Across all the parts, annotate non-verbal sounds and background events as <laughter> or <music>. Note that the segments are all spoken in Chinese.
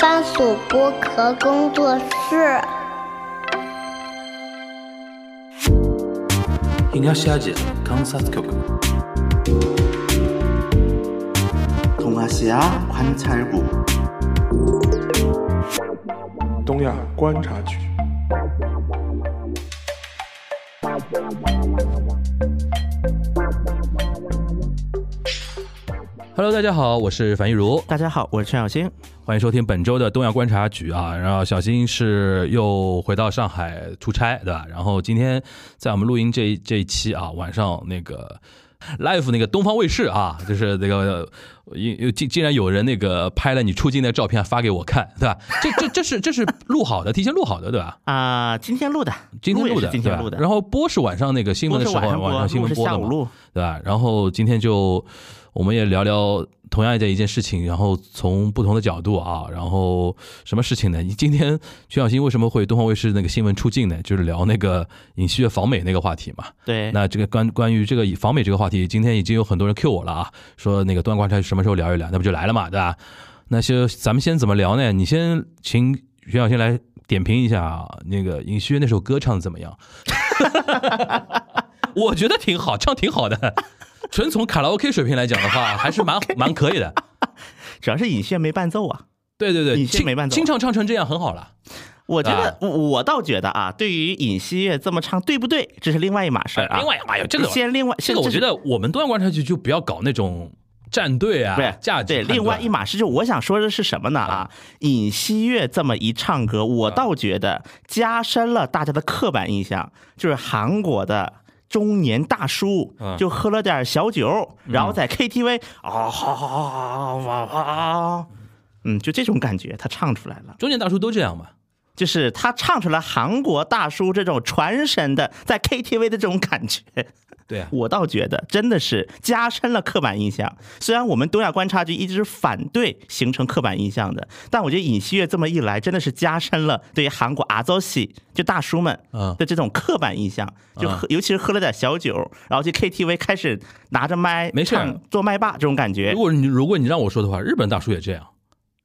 番薯剥壳工作室。東アジア観察局 동아시아 관찰국 东亚观察局。 Hello，大家好，我是樊一茹，大家好，我是陈小星。欢迎收听本周的东亚观察局啊。然后小新是又回到上海出差，对吧？然后今天在我们录音这一这一期啊，晚上那个 live 那个东方卫视啊，就是那个因竟竟然有人那个拍了你出镜的照片发给我看，对吧？这这这是这是录好的，提前录好的，对吧？啊、今天录的，今天也录是的，今对天吧录的，然后播是晚上那个新闻的不时是候，晚晚上播，上新录闻是播下的午嘛。录，对吧？然后今天就我们也聊聊同样的一件事情，然后从不同的角度啊，然后什么事情呢？你今天徐小新为什么会东方卫视那个新闻出镜呢？就是聊那个尹锡悦访美那个话题嘛。对，那这个关关于这个访美这个话题，今天已经有很多人 Q 我了啊，说那个端观察什么时候聊一聊，那不就来了嘛，对吧？那些咱们先怎么聊呢？你先请徐小新来点评一下啊，那个尹锡悦那首歌唱的怎么样？ <laughs> 我觉得挺好，唱挺好的。纯从卡拉 OK 水平来讲的话，还是蛮 <laughs> 蛮可以的。主要是尹线没伴奏啊。对对对，尹锡悦清没伴奏清唱唱成这样很好了。我觉啊得，我我倒觉得啊，对于尹锡悦这么唱对不对，这是另外一码事儿啊。另外，哎呦，这个先另外，这个先我觉是得我们端观察局就不要搞那种站队啊不是、价值对，判断。另外一码事，就我想说的是什么呢？啊，尹锡悦这么一唱歌，我倒觉得加深了大家的刻板印象，就是韩国的。中年大叔嗯就喝了点小酒，然后在 KTV 啊啊，嗯，就这种感觉，他唱出来了，中年大叔都这样嘛。就是他唱出来韩国大叔这种传神的在 KTV 的这种感觉。对啊，我倒觉得真的是加深了刻板印象。虽然我们东亚观察局一直是反对形成刻板印象的，但我觉得尹锡悦这么一来，真的是加深了对于韩国阿周西就大叔们嗯的这种刻板印象。啊就喝，尤其是喝了点小酒，然后去 KTV 开始拿着麦没事儿唱做麦霸这种感觉如。果你如果你让我说的话，日本大叔也这样，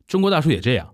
中国大叔也这样。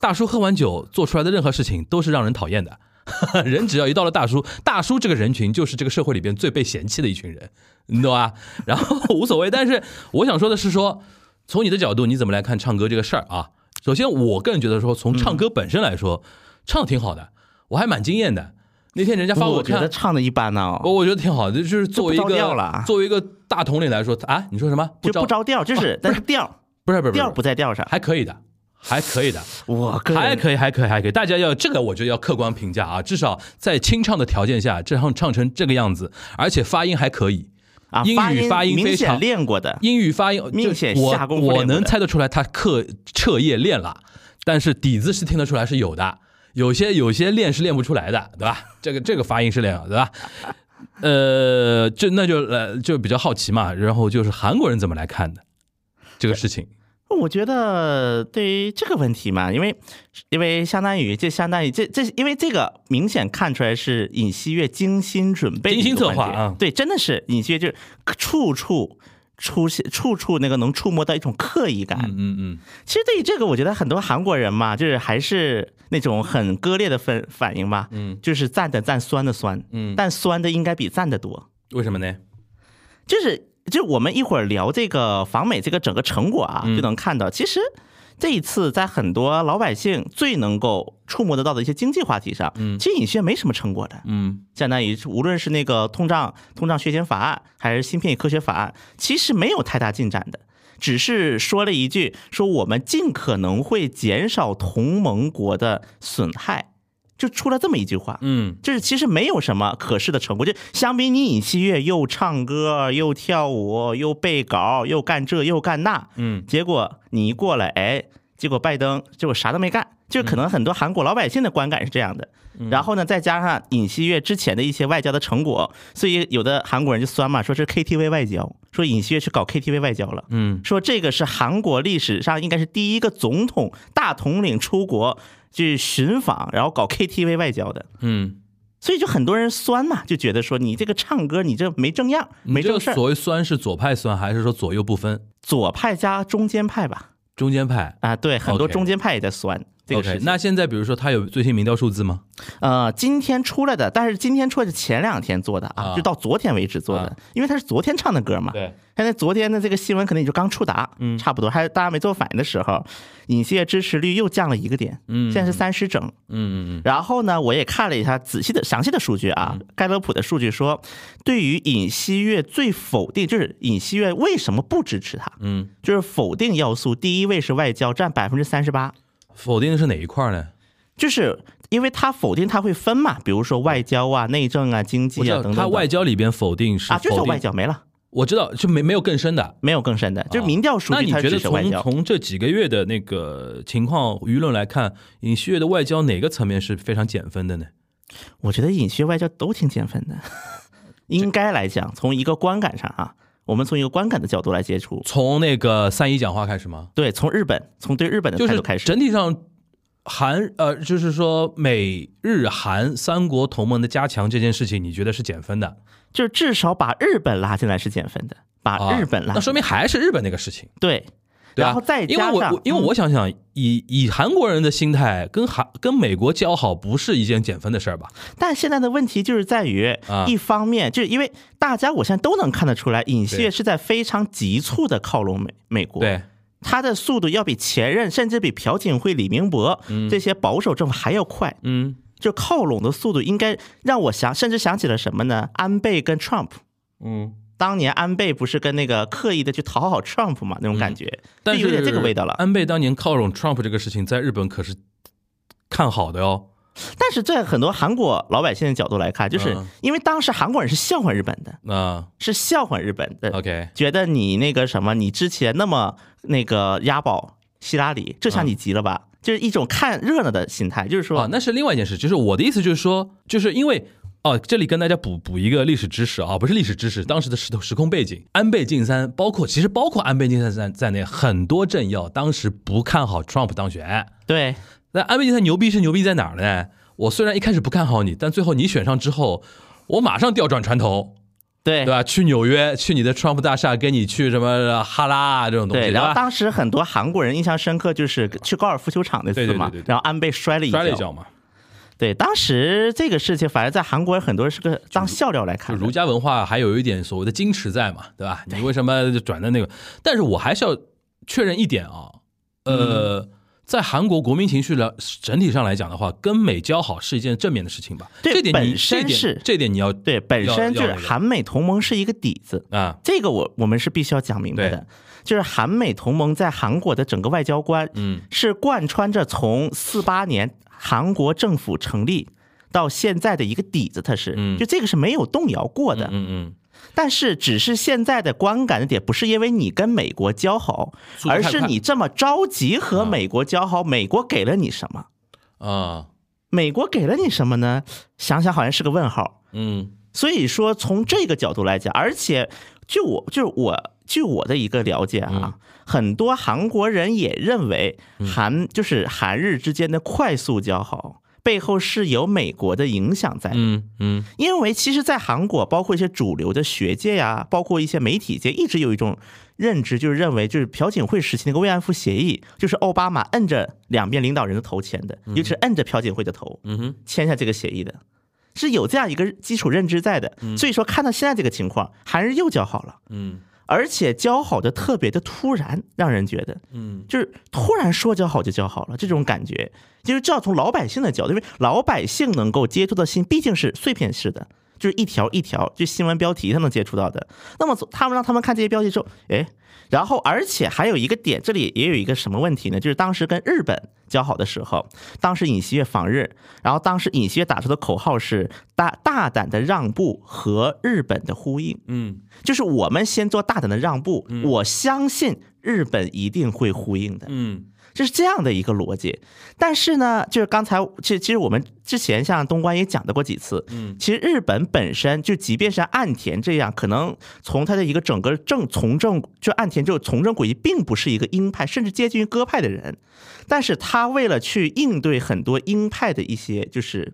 大叔喝完酒做出来的任何事情都是让人讨厌的。 <laughs> 人只要一到了大叔，大叔这个人群就是这个社会里边最被嫌弃的一群人，你懂吧？然后无所谓，但是我想说的是说，从你的角度你怎么来看唱歌这个事儿啊？首先，我个人觉得说，从唱歌本身来说，嗯唱的挺好的，我还蛮惊艳的。那天人家发我我觉看得，唱的一般啊呢、我我觉得挺好的，就是作为一哦就不着调个了啊作为一个大统领来说啊，你说什么？就不着着调，就是但是调 <laughs> 不是不是不是调不在调上。还可以的，还可以 <laughs> 的，我个还人可以，还可以，还可以。大家要这个，我觉得要客观评价啊，至少在清唱的条件下，这唱唱成这个样子，而且发音还可以，啊，英语发音非明常显练过的，英语发音就明显下我功夫我练过能的猜得出来他课彻夜练了，但是底子是听得出来是有的，有些有些练是练不出来的，对吧？这个这个发音是练了，对吧？呃，就那就呃就比较好奇嘛，然后就是韩国人怎么来看的这个事情，我觉得对于这个问题嘛，因为因为相当于这相当于这这，因为这个明显看出来是尹锡悦精心准备的精心一个策划环节啊对，真的是尹锡悦就是处处出现，处处那个能触摸到一种刻意感。嗯嗯嗯，其实对于这个，我觉得很多韩国人嘛，就是还是那种很割裂的反反应嘛，嗯，就是赞的赞，酸的酸，嗯但酸的应该比赞的多。为什么呢？就是就我们一会儿聊这个访美这个整个成果啊，嗯就能看到，其实这一次在很多老百姓最能够触摸得到的一些经济话题上，嗯其实尹锡悦没什么成果的，嗯相当于无论是那个通胀通胀削减法案，还是芯片与科学法案，其实没有太大进展的。只是说了一句，说我们尽可能会减少同盟国的损害，就出了这么一句话。嗯就是其实没有什么可视的成果，就相比你尹锡悦又唱歌又跳舞又背稿又干这又干那，嗯结果你一过来，哎，结果拜登结果啥都没干，就是可能很多韩国老百姓的观感是这样的。然后呢，再加上尹锡悦之前的一些外交的成果，所以有的韩国人就酸嘛，说是 KTV 外交，说尹锡悦去搞 KTV 外交了。嗯，说这个是韩国历史上应该是第一个总统大统领出国去巡访，然后搞 KTV 外交的。嗯，所以就很多人酸嘛，就觉得说你这个唱歌你这没正样，你没这个正事儿所谓酸是左派酸，还是说左右不分？左派加中间派吧，中间派。啊，对，很多 OK 中间派也在酸这个事 OK，情。那现在比如说他有最新民调数字吗？呃，今天出来的，但是今天出来是前两天做的啊，啊就到昨天为止做的啊，因为他是昨天唱的歌嘛。对，现在昨天的这个新闻可能也就刚触达，嗯差不多，还大家没做反应的时候，尹锡悦支持率又降了一个点，嗯现在是三十整。嗯嗯然后呢，我也看了一下仔细的、详细的数据啊，盖勒普的数据说，对于尹锡悦最否定，就是尹锡悦为什么不支持他，嗯嗯，就是否定要素，第一位是外交，占百分之三十八，否定的是哪一块呢？就是因为他否定他会分嘛，比如说外交啊、内政啊、经济我知啊道等等他等外交里边否定是啊，就是否定外，交没了，我知道就没没有更深的。没有更深的，就是民调数啊那据你它觉只得是外从交。从这几个月的那个情况舆论来看，尹锡悦的外交哪个层面是非常减分的呢？我觉得尹学外交都挺减 <laughs> 分的，应该来讲，从一个观感上啊，我们从一个观感的角度来接触。从那个三一讲话开始吗？对，从日本，从对日本的就态是度开始，整体上韩呃，就是说美日韩三国同盟的加强这件事情，你觉得是减分的？就是至少把日本拉进来是减分的，把啊，日本拉进来，那说明还是日本那个事情，对，对吧？啊然后再因为加我上嗯我，因为我想想，以以韩国人的心态跟韩跟美国交好，不是一件减分的事儿吧？但现在的问题就是在于啊，一方面就是因为大家我现在都能看得出来，尹锡悦对是在非常急促的靠拢美美国，对，他的速度要比前任，甚至比朴槿惠、李明博这些保守政府还要快。嗯，就靠拢的速度应该让我想，甚至想起了什么呢？安倍跟 Trump，嗯，当年安倍不是跟那个刻意的去讨好 Trump 嘛，那种感觉，嗯但呃就是有点这个味道了。安倍当年靠拢 Trump 这个事情，在日本可是看好的哦。但是在很多韩国老百姓的角度来看，就是嗯因为当时韩国人是笑话日本的，那、是笑话日本的。 OK，觉得你那个什么，你之前那么那个押宝希拉里，这下你急了吧？就是一种看热闹的心态，就是嗯说，啊，那是另外一件事。就是我的意思就是说，就是因为哦、这里跟大家补补一个历史知识啊，不是历史知识，当时的时时空背景，安倍晋三，包括其实包括安倍晋三在在内，很多政要当时不看好 Trump 当选。对那安倍晋三牛逼是牛逼在哪儿呢？我虽然一开始不看好你，但最后你选上之后，我马上调转船头，对对啊吧？去纽约，去你的 Trump 大厦，跟你去什么哈拉啊这种东西，对，对然后吧？当时很多韩国人印象深刻，就是去高尔夫球场那次嘛对对对对，对然后安倍摔了一摔了一跤嘛，对，当时这个事情，反正在韩国很多人是个当笑料来就看的。儒家文化还有一点所谓的矜持在嘛，对吧？你为什么就转的那个？但是我还是要确认一点啊，呃，嗯在韩国国民情绪了整体上来讲的话，跟美交好是一件正面的事情吧？对这点你本身这点是这点你要对，本身就是要要韩美同盟是一个底子，啊，这个我我们是必须要讲明白的对。就是韩美同盟在韩国的整个外交观，嗯，是贯穿着从四八年韩国政府成立到现在的一个底子，它是，嗯就这个是没有动摇过的。嗯嗯，但是只是现在的观感的点，不是因为你跟美国交好，速度嗯而太快嗯是你这么着急和美国交好，美国给了你什么？啊，美国给了你什么呢？想想好像是个问号。嗯所以说，从这个角度来讲，而且就我就是我据我的一个了解啊，很多韩国人也认为韩就是韩日之间的快速交好。背后是有美国的影响在的，嗯嗯，因为其实，在韩国，包括一些主流的学界呀、包括一些媒体界，一直有一种认知，就是认为就是朴槿惠时期那个慰安妇协议，就是奥巴马摁着两边领导人的头签的，尤其是摁着朴槿惠的头，嗯哼，签下这个协议的，是有这样一个基础认知在的。所以说，看到现在这个情况，韩日又交好了，嗯而且交好的特别的突然，让人觉得嗯就是突然说交好就交好了这种感觉，就是这要从老百姓的角度，因为老百姓能够接触到新，毕竟是碎片式的。就是一条一条，就新闻标题他能接触到的。那么从他们让他们看这些标题之后，哎，然后而且还有一个点，这里也有一个什么问题呢？就是当时跟日本交好的时候，当时尹锡悦访日，然后当时尹锡悦打出的口号是大大胆的让步和日本的呼应。嗯就是我们先做大胆的让步，我相信日本一定会呼应的，嗯这是这样的一个逻辑。但是呢，就是刚才其其实我们之前像东关也讲到过几次，嗯其实日本本身就即便是岸田这样，可能从他的一个整个政从政，就岸田这种从政轨迹，并不是一个鹰派，甚至接近于鸽派的人，但是他为了去应对很多鹰派的一些就是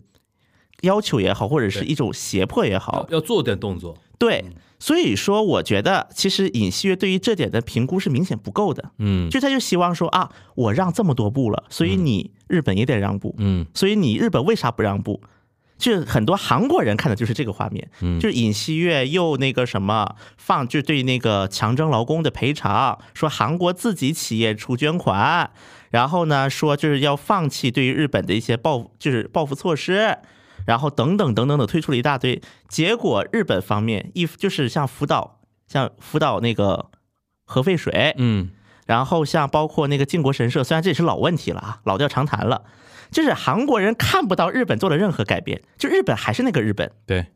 要求也好，或者是一种胁迫也好，要做点动作。对，所以说我觉得其实尹锡悦对于这点的评估是明显不够的，嗯就他就希望说啊，我让这么多步了，所以你日本也得让步，嗯所以你日本为啥不让步？就是很多韩国人看的就是这个画面，嗯就是尹锡悦又那个什么放，就对那个强征劳工的赔偿，说韩国自己企业出捐款，然后呢说就是要放弃对于日本的一些报复，就是报复措施，然后等等等等的推出了一大堆，结果日本方面一就是像福岛，像福岛那个核废水，嗯然后像包括那个靖国神社，虽然这也是老问题了啊，老调常谈了，就是韩国人看不到日本做了任何改变，就日本还是那个日本。对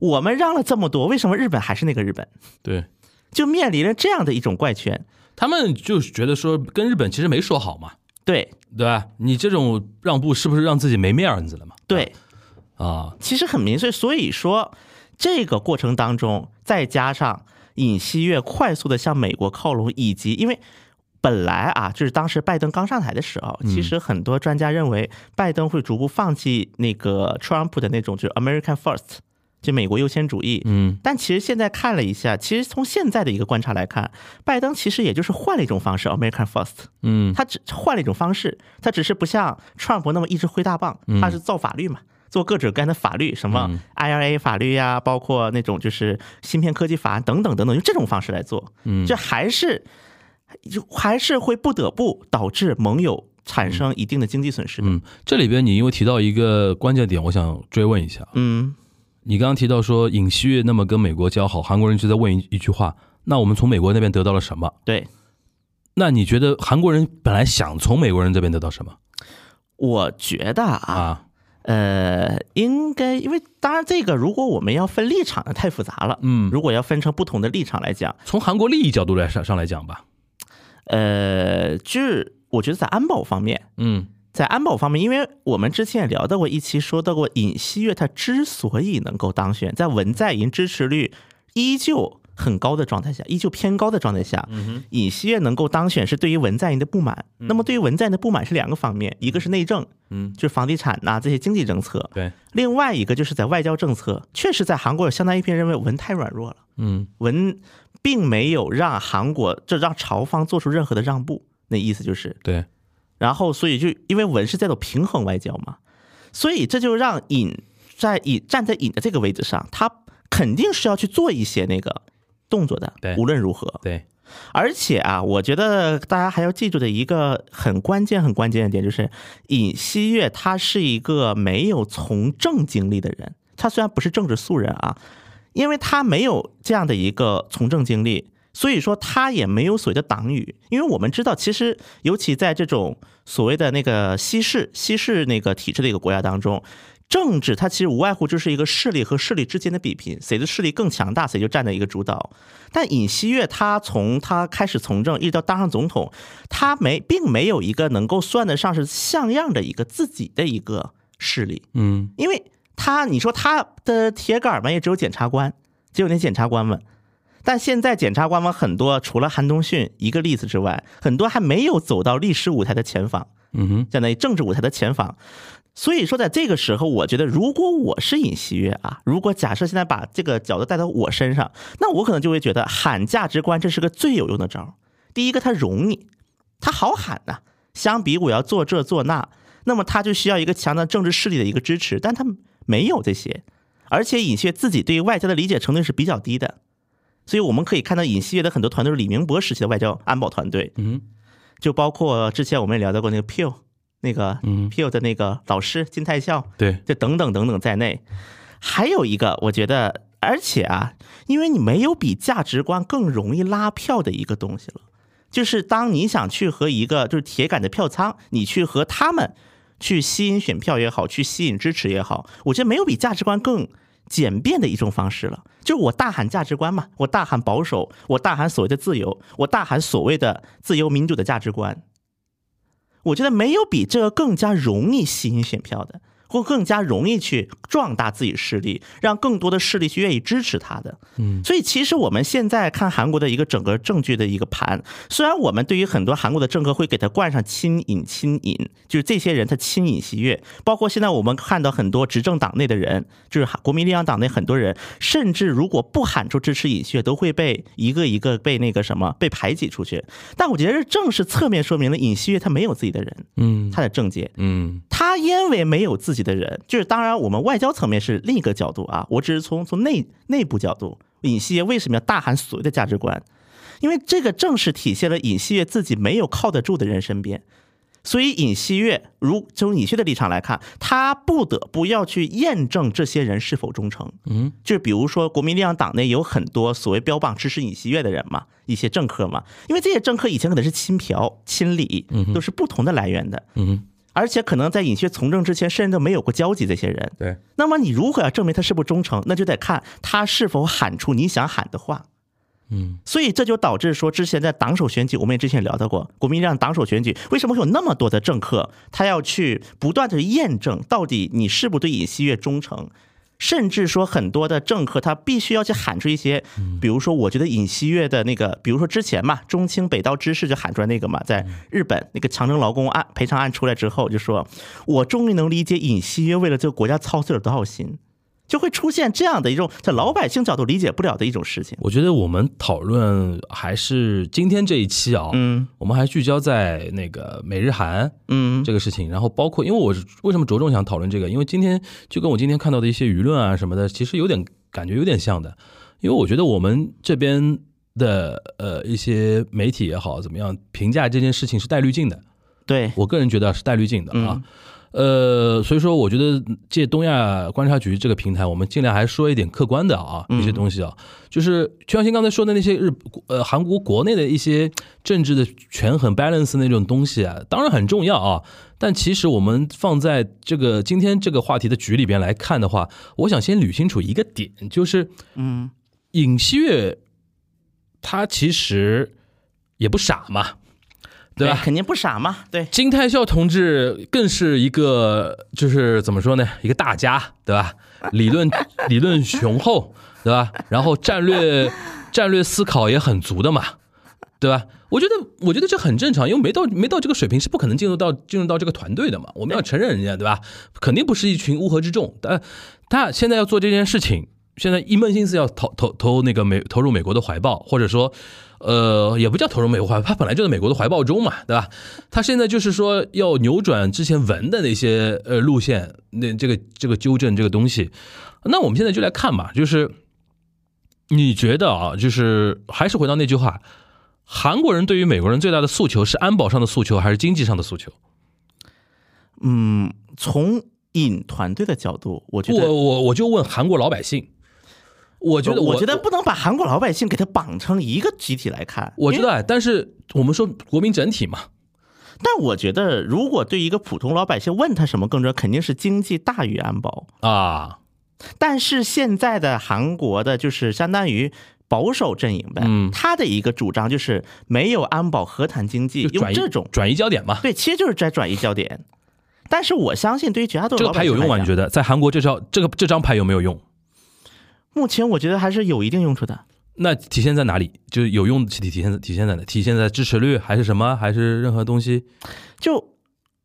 我们让了这么多，为什么日本还是那个日本？对，就面临着这样的一种怪圈。他们就是觉得说跟日本其实没说好嘛，对对吧？你这种让步是不是让自己没面子了嘛？对，啊，其实很明确。所以说，这个过程当中，再加上尹锡悦快速的向美国靠拢，以及因为。本来啊，就是当时拜登刚上台的时候，其实很多专家认为拜登会逐步放弃那个 Trump 的那种就是 American First，就美国优先主义。嗯但其实现在看了一下，其实从现在的一个观察来看，拜登其实也就是换了一种方式，American First，嗯他只换了一种方式，他只是不像川普那么一直挥大棒，嗯他是造法律嘛，做各种各样的法律，什么 IRA 法律呀、包括那种就是芯片科技法案等等等等，用这种方式来做，嗯这还是就还是会不得不导致盟友产生一定的经济损失的。嗯，这里边你因为提到一个关键点，我想追问一下，嗯，你刚刚提到说尹锡悦那么跟美国交好，韩国人就在问一一句话：那我们从美国那边得到了什么？对。那你觉得韩国人本来想从美国人这边得到什么我觉得啊，啊？呃，应该因为当然这个，如果我们要分立场，太复杂了。嗯如果要分成不同的立场来讲，从韩国利益角度来上上来讲吧，呃，就是我觉得在安保方面，嗯在安保方面，因为我们之前也聊到过一期，说到过尹锡悦他之所以能够当选，在文在寅支持率依旧很高的状态下，依旧偏高的状态下，嗯尹锡悦能够当选是对于文在寅的不满。那么对于文在寅的不满是两个方面，一个是内政，嗯，就是房地产呐、这些经济政策，对，另外一个就是在外交政策，确实在韩国有相当一批人认为文太软弱了，嗯文并没有让韩国这让朝方做出任何的让步，那意思就是，对，然后所以就因为文是在走平衡外交嘛，所以这就让尹在尹站在尹的这个位置上，他肯定是要去做一些那个动作的对，无论如何。对，而且啊，我觉得大家还要记住的一个很关键、很关键的点就是，尹锡悦他是一个没有从政经历的人。他虽然不是政治素人啊，因为他没有这样的一个从政经历，所以说他也没有所谓的党羽。因为我们知道，其实尤其在这种所谓的那个西式西式那个体制的一个国家当中，政治它其实无外乎就是一个势力和势力之间的比拼，谁的势力更强大，谁就占在一个主导。但尹锡悦他从他开始从政一直到当上总统，他没并没有一个能够算得上是像样的一个自己的一个势力，嗯因为他你说他的铁杆们也只有检察官，只有那检察官们。但现在检察官们很多，除了韩东训一个例子之外，很多还没有走到历史舞台的前方。嗯哼，相当于政治舞台的前方。所以说，在这个时候，我觉得如果我是尹锡悦啊，如果假设现在把这个角度带到我身上，那我可能就会觉得喊价值观这是个最有用的招儿。第一个，它容易，它好喊呐、相比我要做这做那，那么他就需要一个强大政治势力的一个支持，但他没有这些，而且尹锡悦自己对于外交的理解程度是比较低的，所以我们可以看到尹锡悦的很多团队是李明博时期的外交安保团队，嗯，就包括之前我们也聊到过那个 Pew 那个 Pew 的那个老师金泰孝，对，这等等等等在内，还有一个我觉得，而且啊，因为你没有比价值观更容易拉票的一个东西了，就是当你想去和一个就是铁杆的票仓，你去和他们去吸引选票也好，去吸引支持也好，我觉得没有比价值观更。简便的一种方式了，就是我大喊价值观嘛，我大喊保守，我大喊所谓的自由，我大喊所谓的自由民主的价值观，我觉得没有比这个更加容易吸引选票的，会更加容易去壮大自己势力，让更多的势力去愿意支持他的。嗯所以其实我们现在看韩国的一个整个政局的一个盘，虽然我们对于很多韩国的政客会给他冠上亲尹亲尹，就是这些人他亲尹锡悦，包括现在我们看到很多执政党内的人，就是韩国民力量党内很多人，甚至如果不喊出支持尹锡悦，都会被一个一个被那个什么被排挤出去。但我觉得正是侧面说明了尹锡悦他没有自己的人，嗯他的政界，嗯他因为没有自己的人，就是当然我们外交层面是另一个角度啊，我只是从从内内部角度，尹锡悦为什么要大喊所谓的价值观？因为这个正是体现了尹锡悦自己没有靠得住的人身边，所以尹锡悦如从尹锡悦的立场来看，他不得不要去验证这些人是否忠诚。嗯，就比如说国民力量党内有很多所谓标榜支持尹锡悦的人嘛，一些政客嘛，因为这些政客以前可能是亲朴、亲李，都是不同的来源的。嗯哼，而且可能在尹锡悦从政之前，甚至都没有过交集。这些人，对，那么你如何要证明他是不是忠诚？那就得看他是否喊出你想喊的话。嗯，所以这就导致说，之前在党首选举，我们也之前聊到过，国民力量党首选举为什么会有那么多的政客，他要去不断的验证到底你是不是对尹锡悦忠诚，甚至说很多的政客他必须要去喊出一些，比如说我觉得尹锡悦的那个，比如说之前嘛，中青北道知事就喊出来那个嘛，在日本那个强征劳工案赔偿案出来之后，就说我终于能理解尹锡悦为了这个国家操碎了多少心。就会出现这样的一种在老百姓角度理解不了的一种事情。我觉得我们讨论还是今天这一期啊，嗯我们还聚焦在那个美日韩嗯，这个事情，然后包括因为我是为什么着重想讨论这个，因为今天就跟我今天看到的一些舆论啊什么的，其实有点感觉有点像的，因为我觉得我们这边的呃一些媒体也好，怎么样评价这件事情是带滤镜的，对，我个人觉得是带滤镜的啊。呃，所以说，我觉得借东亚观察局这个平台，我们尽量还说一点客观的啊，一些东西啊，就是邱小新刚才说的那些日呃韩国国内的一些政治的权衡 balance 那种东西啊，当然很重要啊。但其实我们放在这个今天这个话题的局里边来看的话，我想先捋清楚一个点，就是嗯尹锡悦他其实也不傻嘛，对吧？肯定不傻嘛，对，金泰孝同志更是一个，就是怎么说呢，一个大家，对吧？理论理论雄厚，对吧？然后战略战略思考也很足的嘛，对吧？我觉得我觉得这很正常，因为没到没到这个水平是不可能进入到进入到这个团队的嘛。我们要承认人家，对吧？肯定不是一群乌合之众，但他现在要做这件事情，现在一门心思要投投投那个美投入美国的怀抱，或者说，呃，也不叫投入美国怀抱，他本来就在美国的怀抱中嘛，对吧？他现在就是说要扭转之前文的那些呃路线，那这个这个纠正这个东西，那我们现在就来看吧，就是你觉得啊，就是还是回到那句话。韩国人对于美国人最大的诉求是安保上的诉求，还是经济上的诉求？嗯，从尹团队的角度，我觉我得，我我就问韩国老百姓，我觉得我我觉得不能把韩国老百姓给他绑成一个集体来看，我知因为，道，但是我们说国民整体嘛，但我觉得如果对一个普通老百姓问他什么更重要，肯定是经济大于安保。啊，但是现在的韩国的，就是相当于。保守阵营呗，嗯他的一个主张就是没有安保，何谈经济？就用转移这种转移焦点嘛，对，其实就是在转移焦点。但是我相信，对于绝大多这数个老百牌姓有用吗？来你讲觉得在韩国这张这个这张牌有没有用？目前我觉得还是有一定用处的。那体现在哪里？就是有用体体现体现在哪？体现在支持率还是什么？还是任何东西？就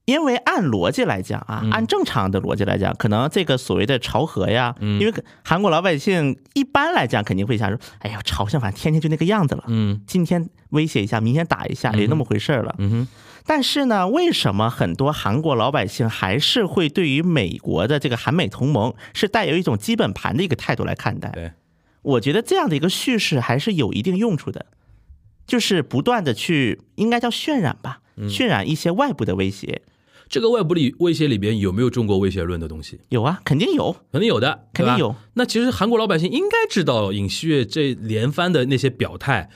因为按逻辑来讲嗯啊，按正常的逻辑来讲，可能这个所谓的朝核呀，嗯因为韩国老百姓一般来讲肯定会想说，哎呀，朝鲜反正天天就那个样子了，嗯今天威胁一下，明天打一下，也就那么回事儿了。嗯哼，但是呢，为什么很多韩国老百姓还是会对于美国的这个韩美同盟是带有一种基本盘的一个态度来看待？对，我觉得这样的一个叙事还是有一定用处的，就是不断的去，应该叫渲染吧，嗯渲染一些外部的威胁。这个外部力威胁里边有没有中国威胁论的东西？有啊，肯定有，肯定有的，肯定对吧有。那其实韩国老百姓应该知道尹锡悦这连番的那些表态，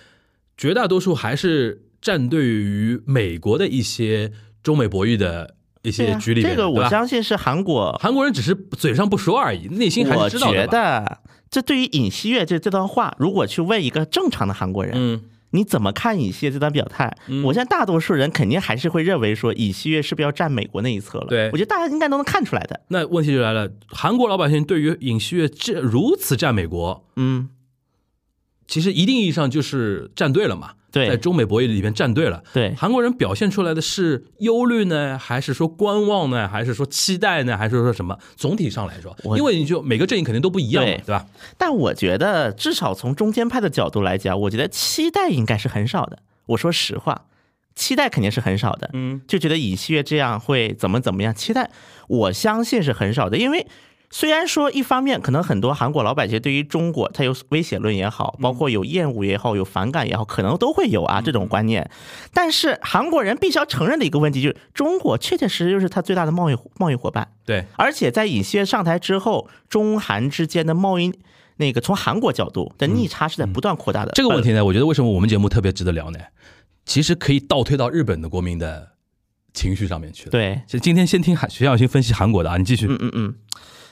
绝大多数还是站对于美国的一些中美博弈的一对些啊局里面这的。个对我吧相信是韩国，韩国人只是嘴上不说而已，内心还我是知道的觉吧。得这对于尹锡悦这这段话，如果去问一个正常的韩国人，嗯，你怎么看尹锡悦这段表态？我现在大多数人肯定还是会认为说尹锡悦是不是要站美国那一侧了？对我觉得大家应该都能看出来的。那问题就来了，韩国老百姓对于尹锡悦这如此站美国，嗯，其实一定意义上就是站队了嘛。对在中美博弈里面站队了。对韩国人表现出来的是忧虑呢，还是说观望呢，还是说期待呢，还是说什么？总体上来说，我因为你就每个阵营肯定都不一样嘛，对对吧？但我觉得至少从中间派的角度来讲，我觉得期待应该是很少的。我说实话，期待肯定是很少的。嗯，就觉得尹锡悦这样会怎么怎么样，期待我相信是很少的，因为。虽然说一方面可能很多韩国老百姓对于中国，他有威胁论也好，包括有厌恶也好，有反感也好，可能都会有啊这种观念。但是韩国人必须要承认的一个问题就是，中国确确实实就是他最大的贸易伙贸易伙伴。对，而且在尹锡悦上台之后，中韩之间的贸易那个从韩国角度的逆差是在不断扩大的。嗯这个问题呢，我觉得为什么我们节目特别值得聊呢？其实可以倒推到日本的国民的情绪上面去了。，对，其实今天先听韩徐小新分析韩国的啊，你继续。嗯嗯嗯，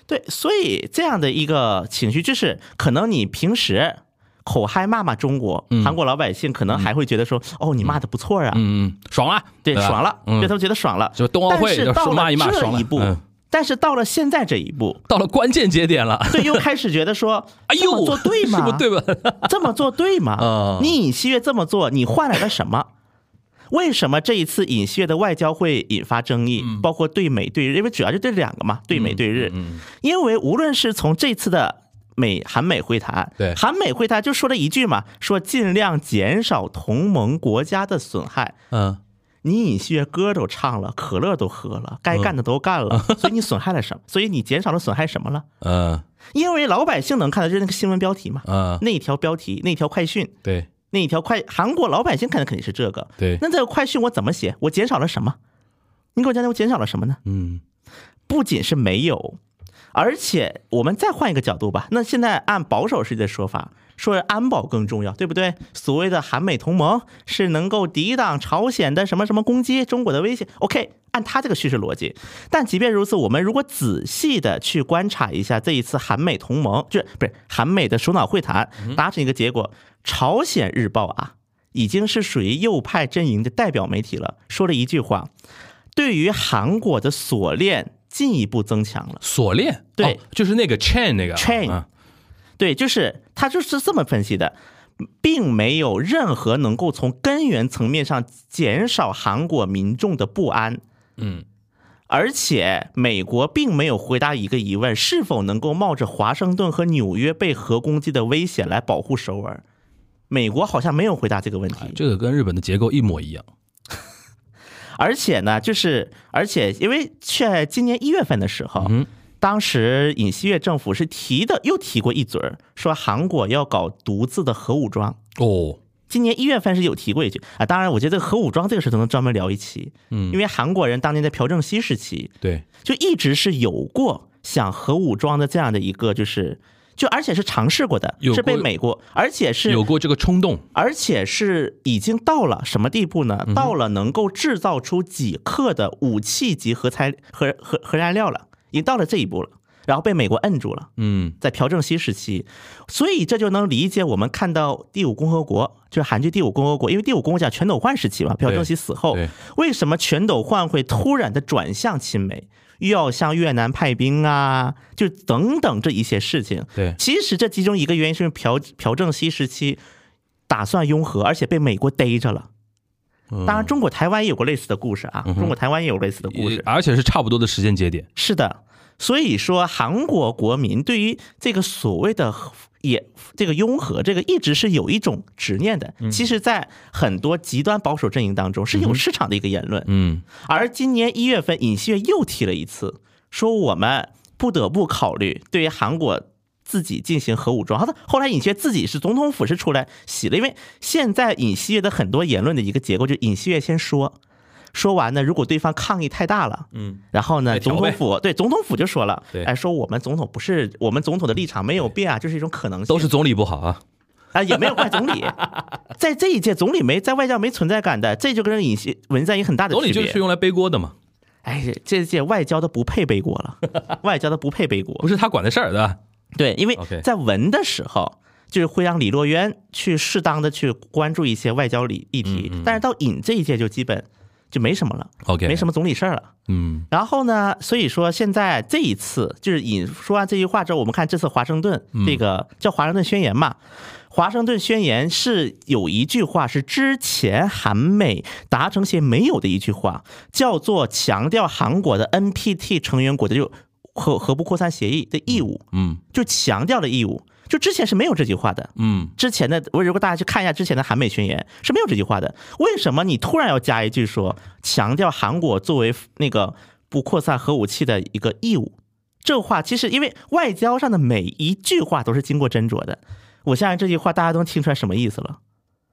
对，所以这样的一个情绪，就是可能你平时口嗨骂骂中国，嗯韩国老百姓可能还会觉得说，哦，你骂的不错啊，嗯嗯，爽了，对，吧爽了，嗯对，他们觉得爽了。就冬奥但会是就到说骂了一骂，这爽了一步嗯，但是到了现在这一 <laughs> 步，到了关键节点了。对，又开始觉得说，哎这么呦，做对 <laughs> 吗？是不对吧？ <laughs> 这么做对吗啊？你尹锡悦这么做，你换来了 <laughs> 什么？为什么这一次尹锡悦的外交会引发争议？嗯包括对美对日，因为主要就这两个嘛，对美对日。因为无论是从这次的美韩美会谈，对韩美会谈就说了一句嘛，说尽量减少同盟国家的损害。嗯，你尹锡悦歌都唱了，可乐都喝了，该干的都干了， <laughs> 所以你损害了什么？所以你减少了损害什么了？嗯因为老百姓能看到就是那个新闻标题嘛，嗯，那条标题，那条快讯，对那一条快，韩国老百姓看的肯定是这个。对，那这个快讯我怎么写？我减少了什么？你给我讲讲我减少了什么呢？嗯不仅是没有，而且我们再换一个角度吧。那现在按保守势力的说法，说安保更重要，对不对？所谓的韩美同盟是能够抵挡朝鲜的什么什么攻击，中国的威胁。OK，按他这个叙事逻辑。但即便如此，我们如果仔细的去观察一下这一次韩美同盟，就是不是韩美的首脑会谈达成一个结果，朝鲜日报啊。已经是属于右派阵营的代表媒体了，说了一句话，对于韩国的锁链进一步增强了。锁链，对哦就是那个 chain 那个啊 Chain 嗯对，就是他就是这么分析的，并没有任何能够从根源层面上减少韩国民众的不安。嗯，而且美国并没有回答一个疑问：是否能够冒着华盛顿和纽约被核攻击的危险来保护首尔？美国好像没有回答这个问题。这个跟日本的结构一模一样。而且呢，就是而且因为在今年一月份的时候，嗯当时尹锡悦政府是提的又提过一嘴儿，说韩国要搞独自的核武装。哦，今年一月份是有提过一句啊，当然，我觉得这个核武装这个事都能专门聊一期，嗯因为韩国人当年在朴正熙时期对，就一直是有过想核武装的这样的一个就是。就而且是尝试过的，有过是被美国，而且是有过这个冲动，而且是已经到了什么地步呢？嗯到了能够制造出几克的武器级核材核核核燃料了，已经到了这一步了，然后被美国摁住了。嗯在朴正熙时期，所以这就能理解我们看到第五共和国，就是韩剧《第五共和国》，因为第五共和国讲全斗焕时期嘛，朴正熙死后对，为什么全斗焕会突然的转向亲美，又要向越南派兵啊，就等等这一些事情。对其实这其中一个原因是因为朴朴正熙时期打算拥核，而且被美国逮着了。当然，中国台湾也有过类似的故事啊，中国台湾也有类似的故事。而且是差不多的时间节点。是的，所以说韩国国民对于这个所谓的和也这个拥核这个一直是有一种执念的。其实，在很多极端保守阵营当中是有市场的一个言论。嗯，而今年一月份，尹锡悦又提了一次，说我们不得不考虑对于韩国。自己进行核武装，他后来尹锡悦自己是总统府是出来洗了，因为现在尹锡悦的很多言论的一个结构，就是尹锡悦先说，说完呢，如果对方抗议太大了，嗯，然后呢，再调总统呗府对总统府就说了，对哎，说我们总统不是我们总统的立场没有变啊，就是一种可能性，都是总理不好啊。啊，也没有怪 <laughs> 总理，在这一届总理没在外交没存在感的，这就跟尹锡文在寅很大的总理区就别是。用来背锅的嘛，哎，这届外交的不配背锅了，外交的不配背锅不。是他管的事儿，对吧？ <laughs> 对，因为 OK 在文的时候，就是会让李洛渊去适当的去关注一些外交理议题，但是到尹这一届就基本就没什么了 OK 没什么总理事儿了。嗯然后呢，所以说现在这一次就是尹说完这句话之后，我们看这次华盛顿这个叫华盛顿宣言嘛。华盛顿宣言是有一句话是之前韩美达成协没有的一句话，叫做强调韩国的 NPT 成员国的就核核不扩散协议的义务，嗯就强调了义务，就之前是没有这句话的。嗯之前的，我如果大家去看一下之前的韩美宣言是没有这句话的。为什么你突然要加一句说强调韩国作为那个不扩散核武器的一个义务？这话其实因为外交上的每一句话都是经过斟酌的。我相信这句话大家都能听出来什么意思了。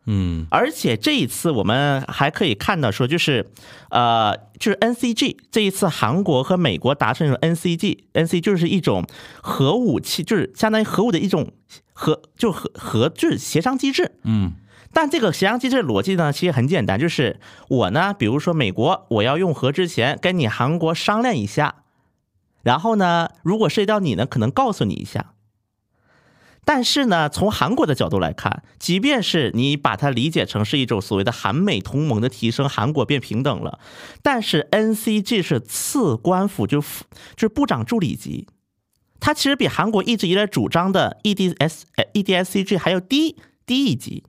嗯而且这一次我们还可以看到说，就是呃，就是 NCG 这一次韩国和美国达成一种 NCG，NC 就是一种核武器，就是相当于核武的一种核，就核核就是协商机制。嗯但这个协商机制的逻辑呢，其实很简单，就是我呢，比如说美国，我要用核之前跟你韩国商量一下，然后呢，如果涉及到你呢，可能告诉你一下。但是呢，从韩国的角度来看，即便是你把它理解成是一种所谓的韩美同盟的提升，韩国变平等了，但是 NCG 是次官府就副就是部长助理级，它其实比韩国一直以来主张的 EDS 呃 EDSCG 还要低低一级。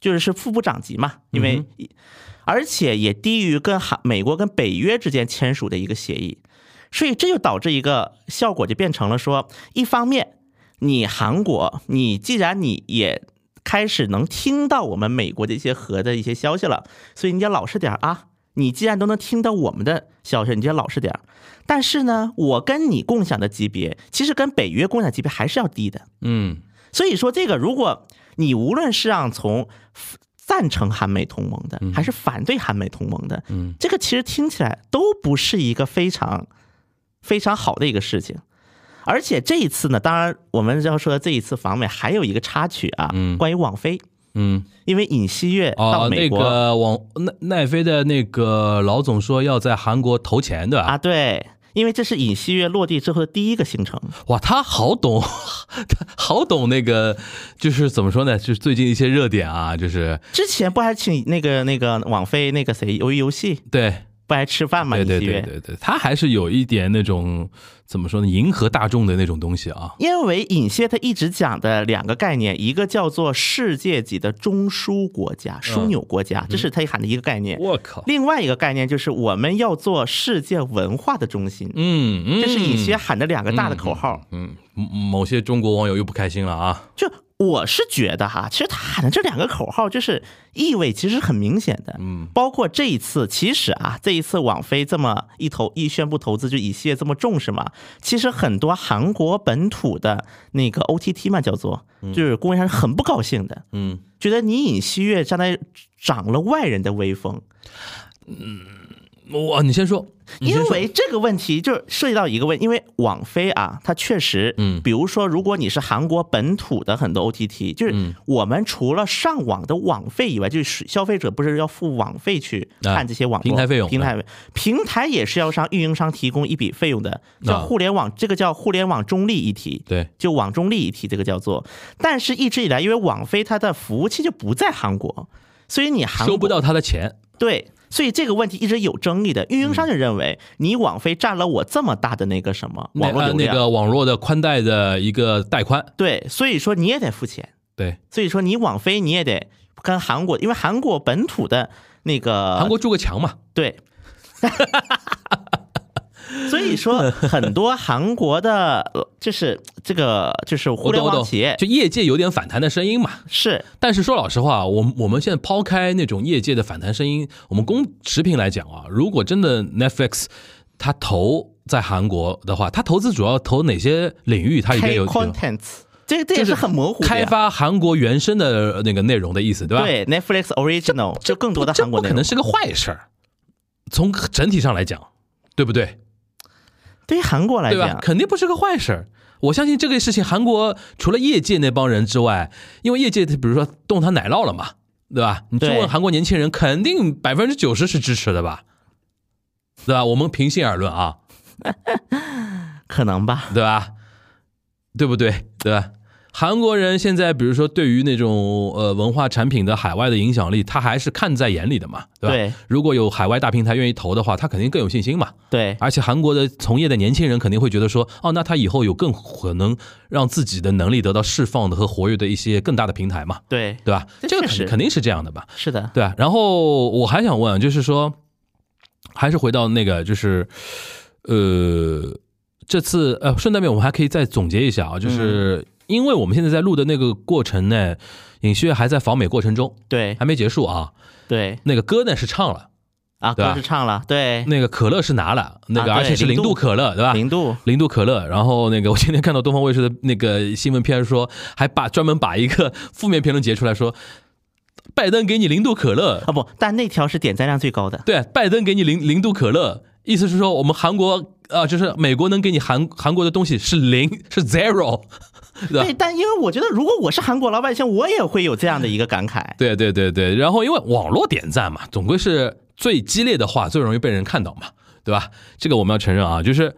就是是副部长级嘛，因为、而且也低于跟韩美国跟北约之间签署的一个协议，所以这就导致一个效果就变成了说，一方面你韩国，你既然你也开始能听到我们美国的一些核的一些消息了，所以你得老实点儿啊。你既然都能听到我们的消息，你就得老实点儿。但是呢，我跟你共享的级别，其实跟北约共享级别还是要低的。嗯所以说，这个如果你无论是让从 f- 赞成韩美同盟的，还是反对韩美同盟的，嗯这个其实听起来都不是一个非常非常好的一个事情。而且这一次呢，当然我们要说的这一次访美还有一个插曲啊，嗯关于网飞，嗯因为尹锡悦到哦，那美国、个网奈奈飞的那个老总说要在韩国投钱对吧？啊，对，因为这是尹锡悦落地之后的第一个行程，哇，他好懂， <laughs> 他好懂那个，就是怎么说呢？就是最近一些热点啊，就是之前不还请那个那个网飞那个谁《鱿鱼游戏》对不还吃饭吗？对尹对锡对悦。对对，他还是有一点那种怎么说呢，迎合大众的那种东西啊。因为尹谢他一直讲的两个概念，一个叫做世界级的中枢国家、枢纽国家，这是他喊的一个概念；我靠，另外一个概念就是我们要做世界文化的中心，嗯嗯，这是尹谢喊的两个大的口号。嗯，某某些中国网友又不开心了啊。就我是觉得哈，其实他喊的这两个口号就是意味其实很明显的，嗯，包括这一次，其实啊，这一次网飞这么一投一宣布投资，就以系列这么重视嘛，其实很多韩国本土的那个 OTT 嘛，叫做就是供应商是很不高兴的，嗯，觉得你尹锡悦相当于长了外人的威风，嗯哇，你先说，你因先说为这个问题就涉及到一个问，因为网飞啊，它确实，嗯比如说，如果你是韩国本土的很多 OTT，就是嗯我们除了上网的网费以外，就是消费者不是要付网费去啊看这些网络平台费用平台平台也是要向运营商提供一笔费用的，叫啊互联网，这个叫互联网中立议题，对，就网中立议题这个叫做，但是一直以来，因为网飞它的服务器就不在韩国，所以你韩国收不到他的钱，对，所以这个问题一直有争议的。运营商就认为，你网飞占了我这么大的那个什么那网络呃流那量，个网络的宽带的一个带宽，对，所以说你也得付钱。对，所以说你网飞你也得跟韩国，因为韩国本土的那个韩国筑个墙嘛，对。所以说，很多韩国的，呃就是这个就是互我联懂我网懂企业，就业界有点反弹的声音嘛。是但是说老实话，我们我们现在抛开那种业界的反弹声音，我们公持平来讲啊，如果真的 Netflix 它投在韩国的话，它投资主要投哪些领域？它里面开有 contents，这个这也就是很模糊的呀。开发韩国原生的那个内容的意思，对吧？对 Netflix original 就更多的这韩国不内可能容。是个坏事儿，从整体上来讲，对不对？对于韩国来对吧讲？，肯定不是个坏事儿。我相信这个事情，韩国除了业界那帮人之外，因为业界比如说动他奶酪了嘛，对吧？你去对问韩国年轻人，肯定百分之九十是支持的吧，对吧？我们平心而论啊，可能吧。对吧？对不对？对吧？韩国人现在比如说对于那种呃文化产品的海外的影响力，他还是看在眼里的嘛，对吧？对如果有海外大平台愿意投的话，他肯定更有信心嘛。对而且韩国的从业的年轻人肯定会觉得说，哦，那他以后有更可能让自己的能力得到释放的和活跃的一些更大的平台嘛，对，对吧？这这个确肯实定肯定是这样的吧？是的，对啊。然后我还想问，就是说，还是回到那个，就是呃，这次呃，顺带便我们还可以再总结一下啊，嗯就是因为我们现在在录的那个过程呢，尹旭还在访美过程中，对还没结束啊。对那个歌呢是唱了，啊，对吧歌是唱了，对，那个可乐是拿了，那个啊对而且是零零度度可乐，对吧？零度零度可乐，然后那个我今天看到东方卫视的那个新闻片说，还把专门把一个负面评论截出来说，拜登给你零度可乐，啊不，但那条是点赞量最高的，对，拜登给你零零度可乐，意思是说我们韩国啊、呃就是美国能给你韩韩国的东西是零，是 zero，对吧对，但因为我觉得如果我是韩国老百姓，我也会有这样的一个感慨，对对对对，然后因为网络点赞嘛，总归是最激烈的话最容易被人看到嘛，对吧？这个我们要承认啊，就是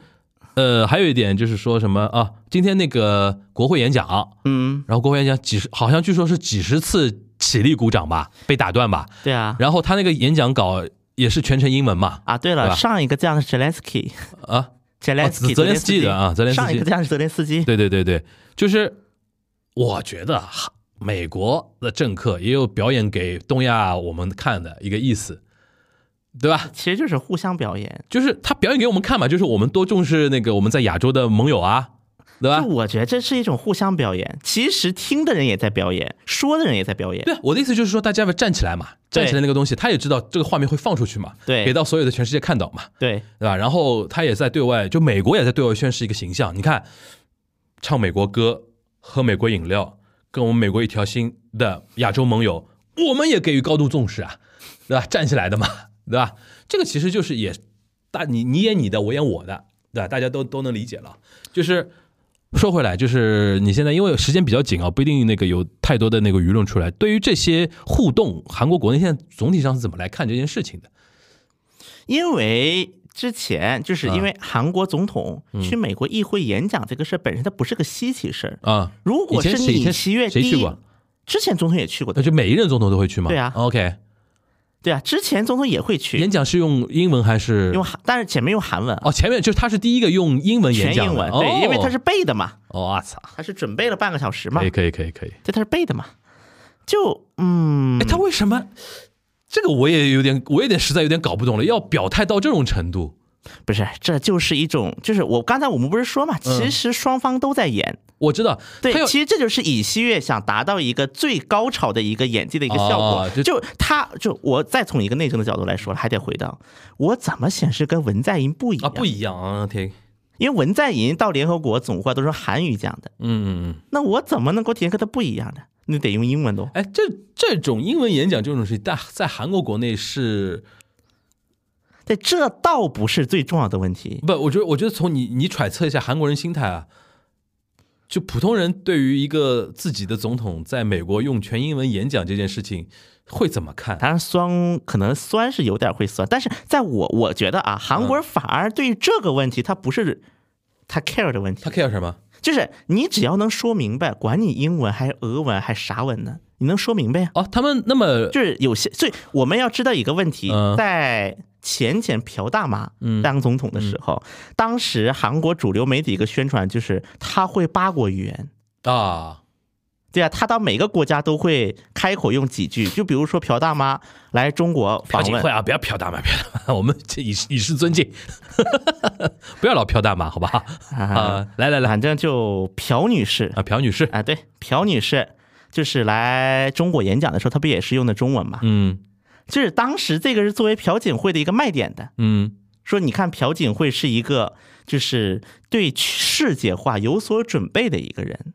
呃，还有一点就是说什么啊，今天那个国会演讲，嗯，然后国会演讲几十，好像据说是几十次起立鼓掌吧，被打断吧，对啊。然后他那个演讲稿也是全程英文嘛，啊，对对吧了，上一个这样的 Zelensky，啊，泽连斯泽基，泽连斯基的啊泽连斯基上一个这样是泽连斯基，对对对对，就是我觉得哈美国的政客也有表演给东亚我们看的一个意思，对吧？其实就是互相表演。就是他表演给我们看嘛，就是我们多重视那个我们在亚洲的盟友啊，对吧就？我觉得这是一种互相表演，其实听的人也在表演，说的人也在表演。对啊，我的意思就是说，大家要站起来嘛，站起来那个东西，他也知道这个画面会放出去嘛，对给到所有的全世界看到嘛，对对吧？然后他也在对外，就美国也在对外宣示一个形象。你看，唱美国歌，喝美国饮料，跟我们美国一条心的亚洲盟友，我们也给予高度重视啊， <laughs> 对吧？站起来的嘛， <laughs> 对吧？这个其实就是也大你你演你的，我演我的，对吧？大家都都能理解了。就是说回来，就是你现在因为时间比较紧啊，不一定那个有太多的那个舆论出来。对于这些互动，韩国国内现在总体上是怎么来看这件事情的？因为之前就是嗯因为韩国总统去美国议会演讲这个事儿本身它不是个稀奇事儿。啊、如果是以前谁以尹前锡悦谁第去一过，之前总统也去过那的，就每一任总统都会去吗？对啊 OK，对啊，之前总统也会去演讲是用英文还是用韩，但是前面用韩文啊，哦，前面就是他是第一个用英文演全讲的，英文，哦对，因为他是背的嘛，哦，我操，他是准备了半个小时嘛可以，可以可以可以。对，他是背的嘛，就嗯哎，，他为什么这个我也有点，我有点实在有点搞不懂了，要表态到这种程度，不是，这就是一种，就是我刚才我们不是说嘛，嗯其实双方都在演。我知道，对他，要其实这就是尹锡悦想达到一个最高潮的一个演技的一个效果。哦就就他，就我再从一个内政的角度来说了，还得回到我怎么显示跟文在寅不一啊样？不一样啊，听，因为文在寅到联合国总会都是韩语讲的，嗯嗯嗯，那我怎么能够体现跟他不一样呢？你得用英文懂。哎，这这种英文演讲这种事情，在在韩国国内是对，这倒不是最重要的问题。不，我觉得，我觉得从你你揣测一下韩国人心态啊，就普通人对于一个自己的总统在美国用全英文演讲这件事情会怎么看？当然酸可能酸是有点会酸，但是在我我觉得啊，韩嗯国人反而对于这个问题，他不是他 care 的问题他，care 什么？就是你只要能说明白，管你英文还是俄文还是啥文呢，你能说明白呀、哦，他们那么就是有些，所以我们要知道一个问题嗯，在前前朴大妈当总统的时候，嗯当时韩国主流媒体一个宣传就是他会八国语言。啊，对啊，他到每个国家都会开口用几句，就比如说朴大妈来中国朴访槿问惠，啊，不要朴大妈，朴大妈，我们这以示以示尊敬， <laughs> 不要老朴大妈，好吧？啊，来来来反正就朴女士啊，朴女士，啊，对，朴女士就是来中国演讲的时候，她不也是用的中文嘛？嗯就是当时这个是作为朴槿惠的一个卖点的，嗯说你看朴槿惠是一个就是对世界化有所准备的一个人。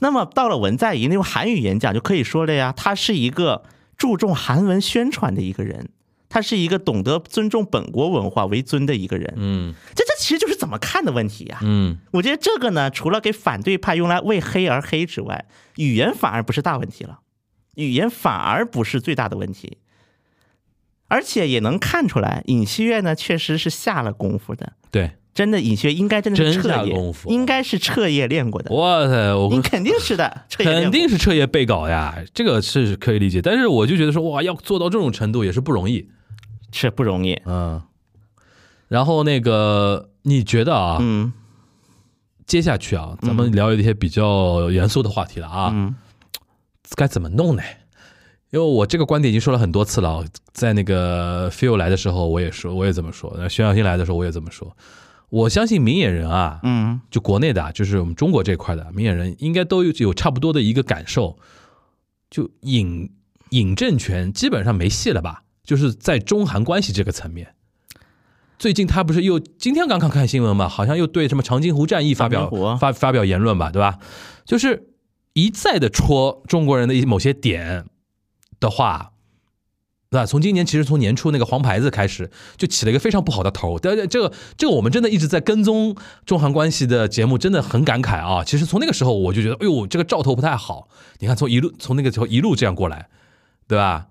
那么到了文在寅用韩语演讲就可以说了呀，他是一个注重韩文宣传的一个人，他是一个懂得尊重本国文化为尊的一个人。嗯这这其实就是怎么看的问题呀、嗯，我觉得这个呢，除了给反对派用来为黑而黑之外，语言反而不是大问题了，语言反而不是最大的问题，而且也能看出来，尹锡悦呢确实是下了功夫的。对，真的尹锡悦应该真的真是下彻夜功夫应该是彻夜练过的，哇塞，我你肯定是的，彻夜练肯过定是彻夜被搞呀，这个是可以理解。但是我就觉得说，哇，要做到这种程度也是不容易。是不容易。嗯，然后那个你觉得啊，嗯接下去啊，咱们聊一些比较严肃的话题了啊，嗯该怎么弄呢？因为我这个观点已经说了很多次了啊，在那个 Phil 来的时候，我也说，我也这么说；那徐小新来的时候，我也这么说。我相信明眼人啊，嗯就国内的，啊，就是我们中国这块的明眼人，应该都有有差不多的一个感受，就尹尹政权基本上没戏了吧？就是在中韩关系这个层面，最近他不是又今天刚刚看新闻嘛，好像又对什么长津湖战役发表长津湖啊发发表言论吧，对吧？就是一再的戳中国人的一某些点的话。对吧？从今年其实从年初那个黄牌子开始，就起了一个非常不好的头。但是这个这个我们真的一直在跟踪中韩关系的节目，真的很感慨啊。其实从那个时候我就觉得，哎呦，这个兆头不太好。你看从一路从那个时候一路这样过来，对吧？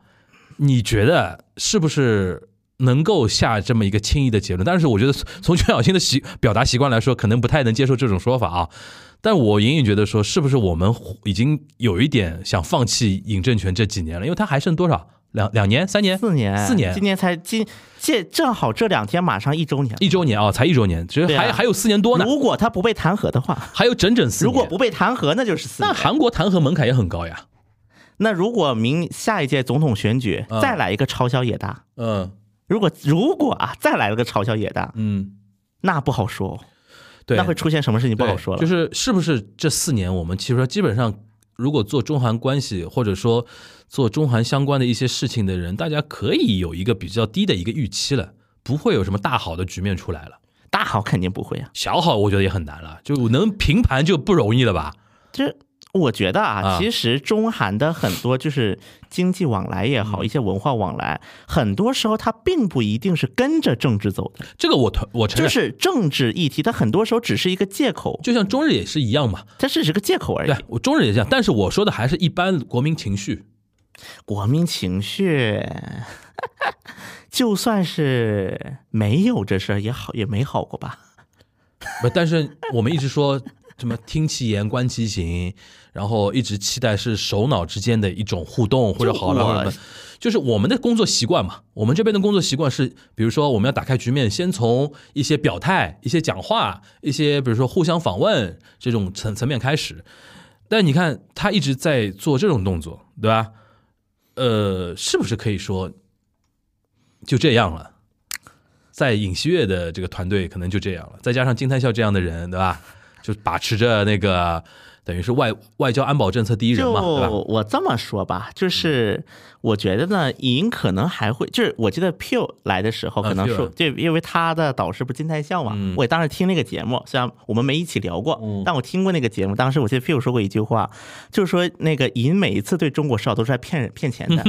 你觉得是不是能够下这么一个轻易的结论？但是我觉得从从全小新的习表达习惯来说，可能不太能接受这种说法啊。但我隐隐觉得说，是不是我们已经有一点想放弃尹政权这几年了？因为他还剩多少？两两年、三年、四年，四年今年才今这正好这两天马上一周年了。一周年啊、才一周年，其实对还、啊还有四年多呢，如果他不被弹劾的话，还有整整四年。如果不被弹劾，那就是四那年。韩国弹劾门槛也很高呀。那如果明下一届总统选举嗯再来一个朝小野大，嗯如果如果啊再来了个朝小野大，嗯，那不好说，对，那会出现什么事情不对好说了。就是是不是这四年我们其实说基本上，如果做中韩关系或者说做中韩相关的一些事情的人，大家可以有一个比较低的一个预期了，不会有什么大好的局面出来了。大好肯定不会啊，小好我觉得也很难了，就能平盘就不容易了吧？这我觉得啊啊，其实中韩的很多就是经济往来也嗯好，一些文化往来，很多时候它并不一定是跟着政治走的，这个我同我承就认，是政治议题，它很多时候只是一个借口，就像中日也是一样嘛，它只是个借口而已对。我中日也这样，但是我说的还是一般国民情绪，国民情绪， <laughs> 就算是没有这事儿也好，也没好过吧？不，但是我们一直说什么听其言观其行，然后一直期待是首脑之间的一种互动或者好了就我或者什么，就是我们的工作习惯嘛。我们这边的工作习惯是，比如说我们要打开局面，先从一些表态、一些讲话、一些比如说互相访问这种层层面开始。但你看他一直在做这种动作，对吧？呃，是不是可以说就这样了？在尹锡悦的这个团队可能就这样了，再加上金泰孝这样的人，对吧？就把持着那个等于是外外交安保政策第一人就嘛，对吧？嗯我这么说吧，就是我觉得呢，尹可能还会，就是我记得 Pew 来的时候，啊可能 Pew 说，对，因为他的导师不是金泰孝嘛，嗯我当时听那个节目，虽然我们没一起聊过，嗯但我听过那个节目，当时我记得 Pew 说过一句话，就是说那个尹每一次对中国示好都是在骗人骗钱 <laughs> 的，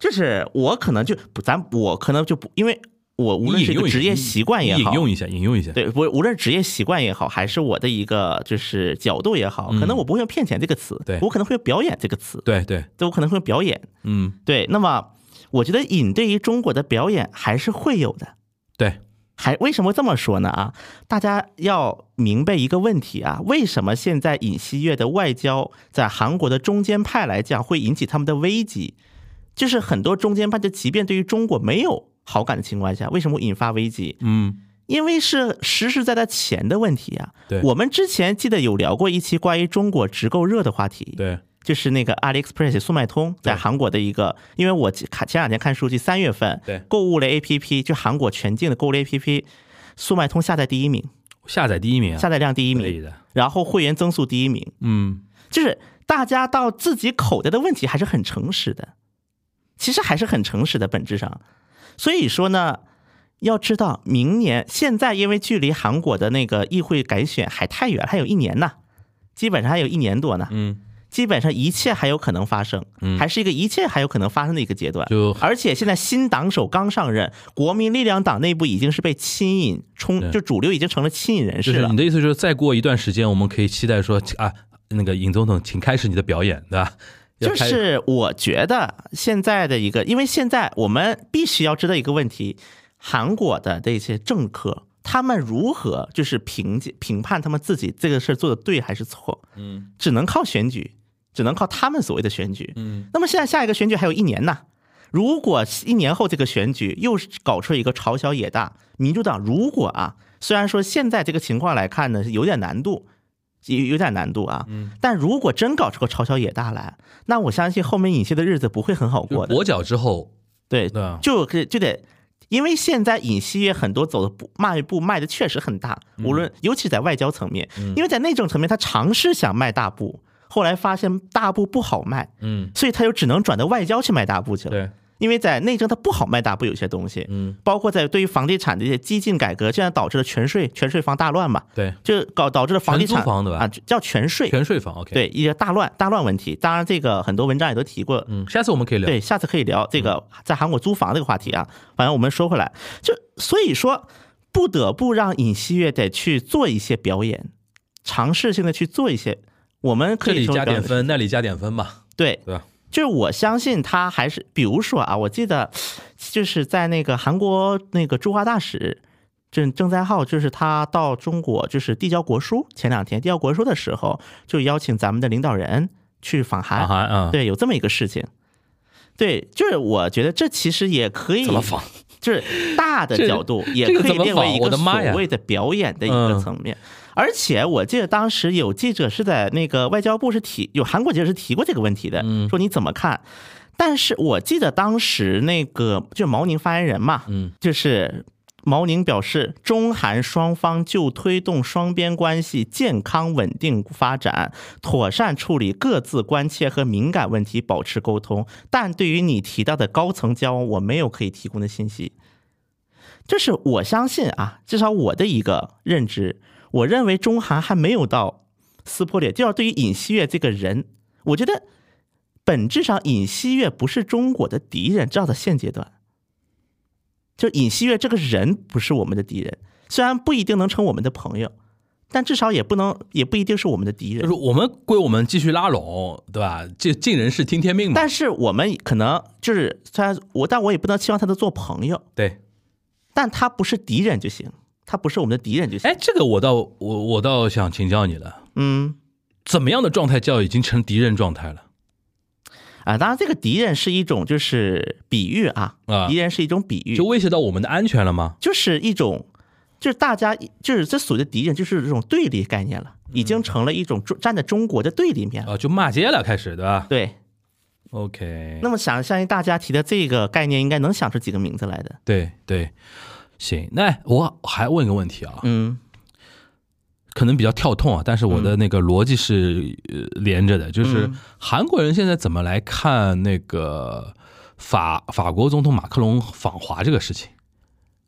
就是我可能就不，咱我可能就不，因为我无论你是引一用个一下职业习惯也你引好，用一下，引用一下，对，我无论职业习惯也好，还是我的一个就是角度也好，可能嗯我不会用“骗钱”这个词，对我可能会用“表演”这个词，对对，对，我可能会用“表演嗯”。，对，那么我觉得尹对于中国的表演还是会有的，对，还为什么这么说呢？啊，大家要明白一个问题啊，为什么现在尹锡悦的外交在韩国的中间派来讲会引起他们的危机？就是很多中间派，就即便对于中国没有好感的情况下，为什么会引发危机？嗯，因为是实实在在钱的问题啊。对我们之前记得有聊过一期关于中国直购热的话题，，对，就是那个 AliExpress 速卖通在对韩国的一个，因为我看前两天看数据，三月份对购物类 APP 就韩国全境的购物类 APP，速卖通下载第一名，下载第一名啊，下载量第一可以名，的，然后会员增速第一名，嗯，就是大家到自己口袋的问题还是很诚实的，其实还是很诚实的，本质上。所以说呢，要知道明年现在因为距离韩国的那个议会改选还太远，还有一年呢，基本上还有一年多呢，嗯，基本上一切还有可能发生，嗯还是一个一切还有可能发生的一个阶段。就而且现在新党首刚上任，国民力量党内部已经是被亲尹对冲，就主流已经成了亲尹人就士是了你。的意思就是再过一段时间，我们可以期待说啊，那个尹总统，请开始你的表演，对吧？要就开是我觉得现在的一个，因为现在我们必须要知道一个问题：韩国的这些政客他们如何就是评价评判他们自己这个事儿做的对还是错，嗯只能靠选举，只能靠他们所谓的选举。嗯那么现在下一个选举还有一年呢，如果一年后这个选举又是搞出一个朝小野大，民主党如果啊，虽然说现在这个情况来看呢，是有点难度。有有点难度啊，嗯，但如果真搞出个朝小野大来，那我相信后面尹锡的日子不会很好过就的。跛脚之后，对，对吧？就可以就得，因为现在尹锡悦很多走的步迈步迈的确实很大，嗯无论尤其在外交层面，因为在内政层面他尝试想迈大步，后来发现大步不好迈，嗯，所以他就只能转到外交去迈大步去了。对，因为在内政他不好迈大步，有些东西，嗯，包括在对于房地产的一些激进改革，这样导致了全税全税房大乱嘛，对，就搞导致了房地全产租房对吧啊，叫全税，全税房 OK。，对一些大乱大乱问题。当然，这个很多文章也都提过，嗯，下次我们可以聊。嗯对，下次可以聊这个在韩国租房这个话题啊。反正我们说回来，就所以说不得不让尹锡悦得去做一些表演，尝试性的去做一些。我们可这以里说加表点演，分，那里加点分嘛，对，对啊吧？就是我相信他还是，比如说啊，我记得就是在那个韩国那个驻华大使郑郑在浩，就是他到中国就是递交国书，前两天递交国书的时候，就邀请咱们的领导人去访韩韩，寒啊，哎对，有这么一个事情。对，就是我觉得这其实也可以，怎么仿？就是大的这角度也这个可以怎么列为仿一我个的妈呀所谓的表演的一个嗯层面。而且我记得当时有记者是在那个外交部是提，有韩国记者是提过这个问题的，嗯说你怎么看？但是我记得当时那个就毛宁发言人嘛，嗯，就是毛宁表示，中韩双方就推动双边关系健康稳定发展，妥善处理各自关切和敏感问题，保持沟通。但对于你提到的高层交往，我没有可以提供的信息。这是我相信啊，至少我的一个认知，我认为中韩还没有到撕破脸。就要对于尹锡悦这个人，我觉得本质上尹锡悦不是中国的敌人，至少在现阶段。就尹锡悦这个人不是我们的敌人，虽然不一定能成我们的朋友，但至少也不能也不一定是我们的敌就是人。我们归我们继续拉拢，对吧？这尽人事听天命嘛。但是我们可能就是虽然我，但我也不能期望他能做朋友，对，但他不是敌人就行，他不是我们的敌人就行。哎，这个我倒我我倒想请教你了，嗯怎么样的状态叫已经成敌人状态了？啊，当然这个敌人是一种就是比喻啊，啊敌人是一种比喻，就威胁到我们的安全了吗？就是一种，就是大家就是这所谓的敌人，就是这种对立概念了，已嗯经成了一种中站在中国的对立面了。啊，就骂街了，开始对吧对， ？OK，那么想相信大家提的这个概念，应该能想出几个名字来的。对对，行，那我还问一个问题啊，嗯可能比较跳痛啊，但是我的那个逻辑是、呃连着的，就是嗯韩国人现在怎么来看那个法法国总统马克龙访华这个事情，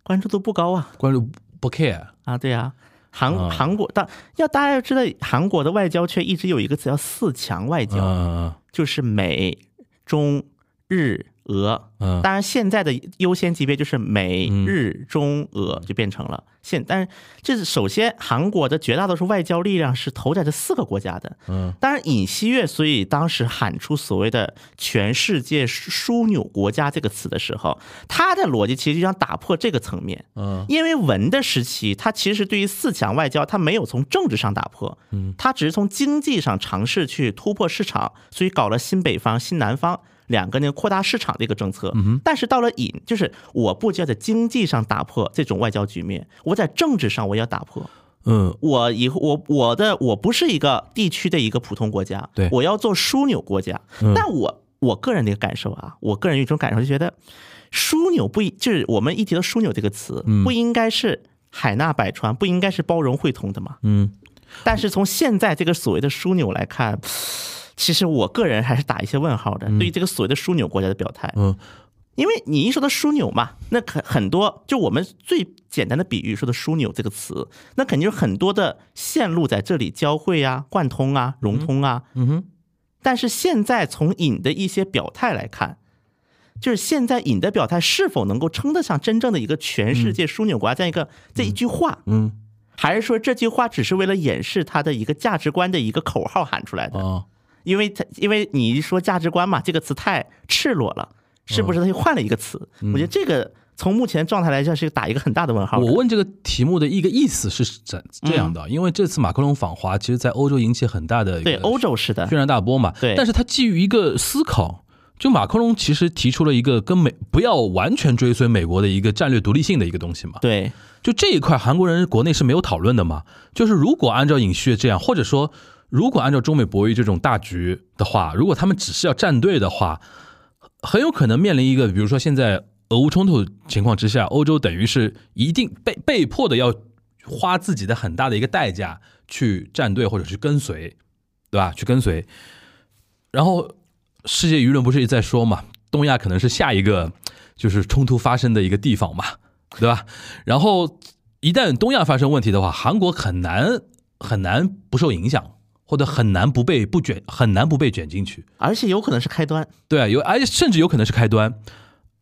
关注度不高啊关注不 care，啊，对啊，韩、嗯韩国，但要大家要知道，韩国的外交却一直有一个词叫“四强外交”，嗯就是美、中、日、俄。嗯当然，现在的优先级别就是美嗯日中俄就变成了现，但是这是首先韩国的绝大多数外交力量是投在这四个国家的，嗯当然，尹锡悦所以当时喊出所谓的“全世界枢纽国家”这个词的时候，他的逻辑其实就想打破这个层面。嗯因为文的时期，他其实对于四强外交，他没有从政治上打破，嗯，他只是从经济上尝试去突破市场，所以搞了新北方、新南方两个那个扩大市场的一个政策。嗯，但是到了尹，就是我不就要在经济上打破这种外交局面，我在政治上我也要打破。嗯我以后我我的我不是一个地区的一个普通国家，对我要做枢纽国家。嗯但我我个人的一个感受啊，我个人有一种感受，就觉得枢纽不一就是我们一提到枢纽这个词，嗯不应该是海纳百川，不应该是包容汇通的嘛。嗯，但是从现在这个所谓的枢纽来看，其实我个人还是打一些问号的，对于这个所谓的枢纽国家的表态。嗯，因为你一说到枢纽嘛，那可很多，就我们最简单的比喻说的枢纽这个词，那肯定有很多的线路在这里交汇啊、贯通啊、融通啊。嗯哼，但是现在从尹的一些表态来看，就是现在尹的表态是否能够称得上真正的一个全世界枢纽国家这样一个这一句话，嗯还是说这句话只是为了掩饰他的一个价值观的一个口号喊出来的？啊因为他因为你一说价值观嘛，这个词太赤裸了，是不是他又换了一个词？我觉得这个从目前状态来讲是打一个很大的问号的。嗯我问这个题目的一个意思是这这样的，因为这次马克龙访华，其实在欧洲引起很大的一对个欧洲是的轩，然大波嘛。对但是他基于一个思考，就马克龙其实提出了一个跟美不要完全追随美国的一个战略独立性的一个东西嘛。对就这一块，韩国人国内是没有讨论的嘛。就是如果按照尹锡悦这样，或者说如果按照中美博弈这种大局的话，如果他们只是要站队的话，很有可能面临一个，比如说现在俄乌冲突情况之下，欧洲等于是一定被被迫的要花自己的很大的一个代价去站队或者去跟随，对吧？去跟随。然后世界舆论不是一直在说嘛，东亚可能是下一个就是冲突发生的一个地方嘛，对吧？然后一旦东亚发生问题的话，韩国很难很难不受影响，或者很难不被不卷，很难不被卷进去。而且有可能是开端。对啊，有而且甚至有可能是开端。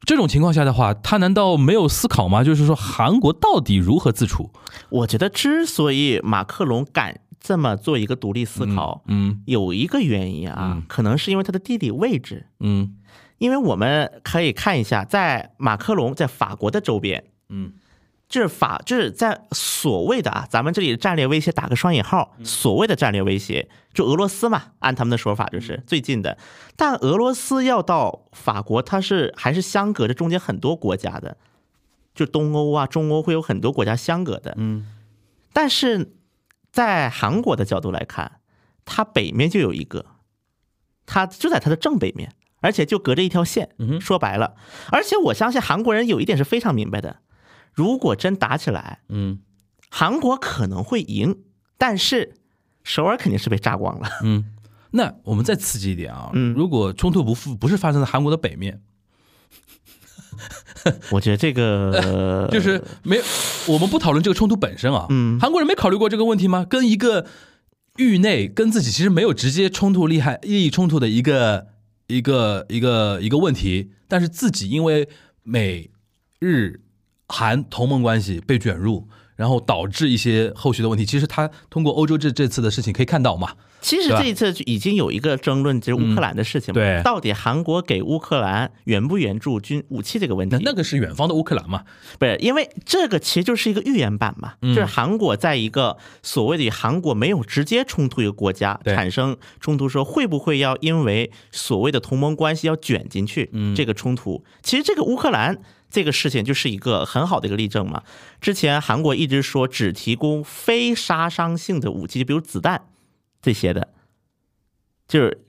这种情况下的话，他难道没有思考吗？就是说，韩国到底如何自处？我觉得之所以马克龙敢这么做一个独立思考，嗯有一个原因啊，可能是因为它的地理位置。嗯因为我们可以看一下，在马克龙在法国的周边，嗯，这是法，这是在所谓的啊，咱们这里战略威胁打个双引号，所谓的战略威胁，就俄罗斯嘛，按他们的说法就是最近的，但俄罗斯要到法国，它是还是相隔着中间很多国家的，就东欧啊、中欧会有很多国家相隔的，嗯，但是在韩国的角度来看，它北面就有一个，它就在它的正北面，而且就隔着一条线，说白了，而且我相信韩国人有一点是非常明白的。如果真打起来，嗯韩国可能会赢，但是首尔肯定是被炸光了。嗯。那我们再刺激一点啊！嗯如果冲突不复不是发生在韩国的北面，我觉得这 <laughs> 个就是没有，我们不讨论这个冲突本身啊。嗯韩国人没考虑过这个问题吗？跟一个域内跟自己其实没有直接冲突厉害利益冲突的一个一个一个一个问题，但是自己因为美日韩同盟关系被卷入。然后导致一些后续的问题，其实他通过欧洲这这次的事情可以看到嘛，其实对吧这一次就已经有一个争论，就是乌克兰的事情嘛，嗯对到底韩国给乌克兰援不援助军武器这个问题那，那个是远方的乌克兰嘛，不是因为这个其实就是一个预言版嘛，嗯就是韩国在一个所谓的与韩国没有直接冲突一个国家对产生冲突，说会不会要因为所谓的同盟关系要卷进去嗯这个冲突？其实这个乌克兰这个事情就是一个很好的一个例证嘛。之前韩国一直说只提供非杀伤性的武器，就比如子弹这些的，就是。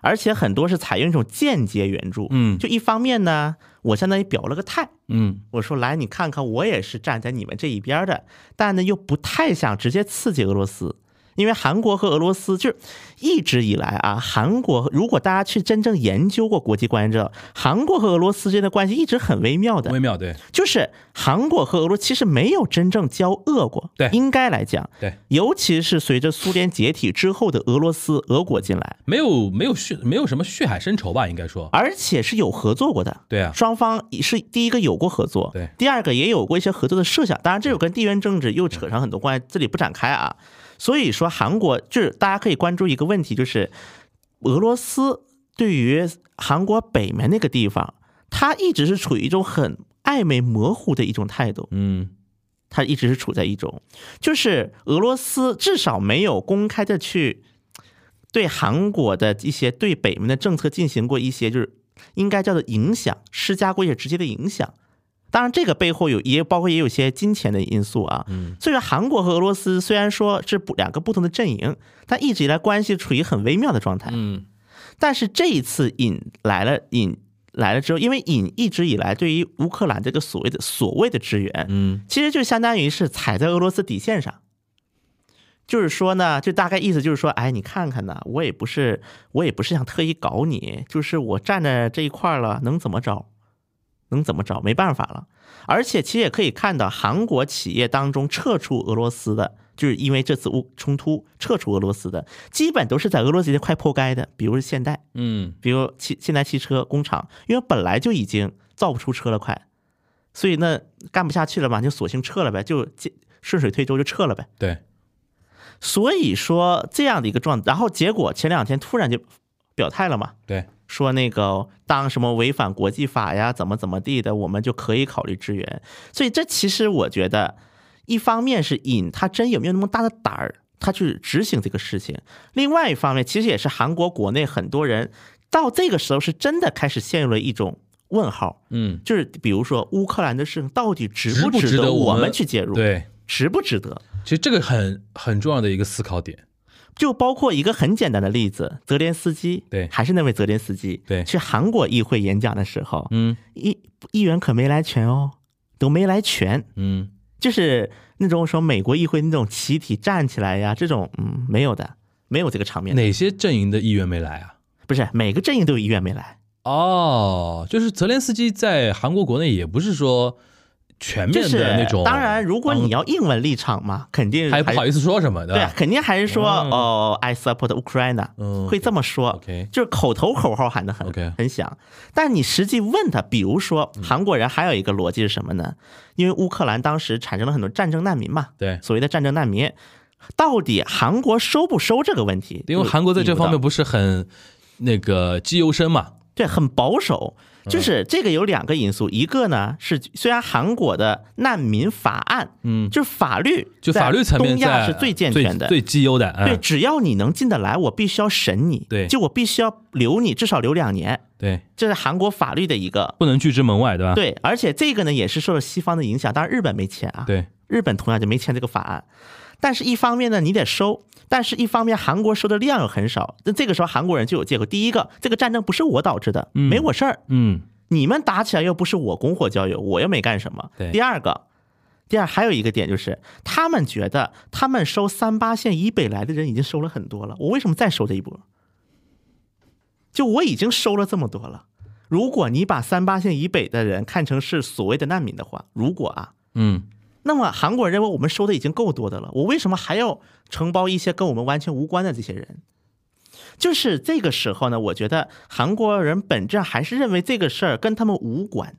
而且很多是采用一种间接援助，嗯就一方面呢，我相当于表了个态，嗯我说来，你看看，我也是站在你们这一边的，但呢又不太想直接刺激俄罗斯，因为韩国和俄罗斯就是一直以来啊，韩国如果大家去真正研究过国际关系之后，韩国和俄罗斯之间的关系一直很微妙微的，妙对就是韩国和俄罗斯其实没有真正交恶过，对应该来讲，对，尤其是随着苏联解体之后的俄罗斯俄国进来，没有没有血没有什么血海深仇吧，应该说，而且是有合作过的，对啊，双方是第一个有过合作，对第二个也有过一些合作的设想。当然，这有跟地缘政治又扯上很多关系，这里不展开啊。所以说，韩国就是大家可以关注一个问题，就是俄罗斯对于韩国北面那个地方，它一直是处于一种很暧昧模糊的一种态度。嗯它一直是处在一种，就是俄罗斯至少没有公开的去对韩国的一些对北面的政策进行过一些就是应该叫做影响，施加过一些直接的影响。当然，这个背后有也包括也有些金钱的因素啊。嗯，所以说韩国和俄罗斯虽然说是不两个不同的阵营，但一直以来关系处于很微妙的状态。嗯但是这一次引来了引来了之后，因为引一直以来对于乌克兰这个所谓的所谓的支援，嗯其实就相当于是踩在俄罗斯底线上。就是说呢，就大概意思就是说，哎，你看看呐，我也不是，我也不是想特意搞你，就是我站在这一块儿了，能怎么着？能怎么着？没办法了。而且其实也可以看到，韩国企业当中撤出俄罗斯的，就是因为这次乌冲突撤出俄罗斯的，基本都是在俄罗斯这块破该的，比如是现代，嗯比如汽现代汽车工厂，因为本来就已经造不出车了，快，所以那干不下去了嘛，就索性撤了呗，就接顺水推舟就撤了呗。对，所以说这样的一个状，然后结果前两天突然就表态了嘛，对，说那个当什么违反国际法呀，怎么怎么地的，我们就可以考虑支援。所以这其实我觉得，一方面是尹他真有没有那么大的胆儿，他去执行这个事情；另外一方面，其实也是韩国国内很多人到这个时候是真的开始陷入了一种问号，嗯，就是比如说乌克兰的事情到底值值不不值得得我我们们去介入？，对，值不值得？其实这个很很重要的一个思考点，就包括一个很简单的例子，泽连斯基，对还是那位泽连斯基，对去韩国议会演讲的时候，嗯议议员可没来全哦，都没来全，嗯就是那种什么美国议会那种集体站起来呀，这种嗯没有的，没有这个场面的，哪些阵营的议员没来啊？不是每个阵营都有议员没来，哦，就是泽连斯基在韩国国内也不是说全面就是的那种，当然，如果你要硬文立场嘛，肯定还不好意思，思说什么，对啊吧，？肯定还是说嗯哦，I support Ukraine，嗯会这么说 OK 就是口头口号喊得很 OK 嗯很响，但你实际问他，比如说韩国人还有一个逻辑是什么呢？因为乌克兰当时产生了很多战争难民嘛，对所谓的战争难民，到底韩国收不收这个问题？因为韩国在这方面不是很那个绩优生嘛，对很保守，嗯就是这个有两个因素，一个呢是虽然韩国的难民法案，嗯就是法律，就法律层面东亚在是最健全的，最绩优的，嗯对，只要你能进得来，我必须要审你，对就我必须要留你至少留两年，对，这是韩国法律的一个。不能拒之门外，对吧？对，而且这个呢也是受了西方的影响，当然日本没签啊，，对日本同样就没签这个法案。但是一方面呢，你得收；但是一方面，韩国收的量又很少。那这个时候，韩国人就有借口：第一个，这个战争不是我导致的，没我事儿；嗯，你们打起来又不是我拱火浇油，我又没干什么对。第二个，第二还有一个点就是，他们觉得他们收三八线以北来的人已经收了很多了，我为什么再收这一波？就我已经收了这么多了，如果你把三八线以北的人看成是所谓的难民的话，如果啊，嗯，那么韩国人认为我们收的已经够多的了，我为什么还要承包一些跟我们完全无关的这些人？就是这个时候呢，我觉得韩国人本质上还是认为这个事儿跟他们无关，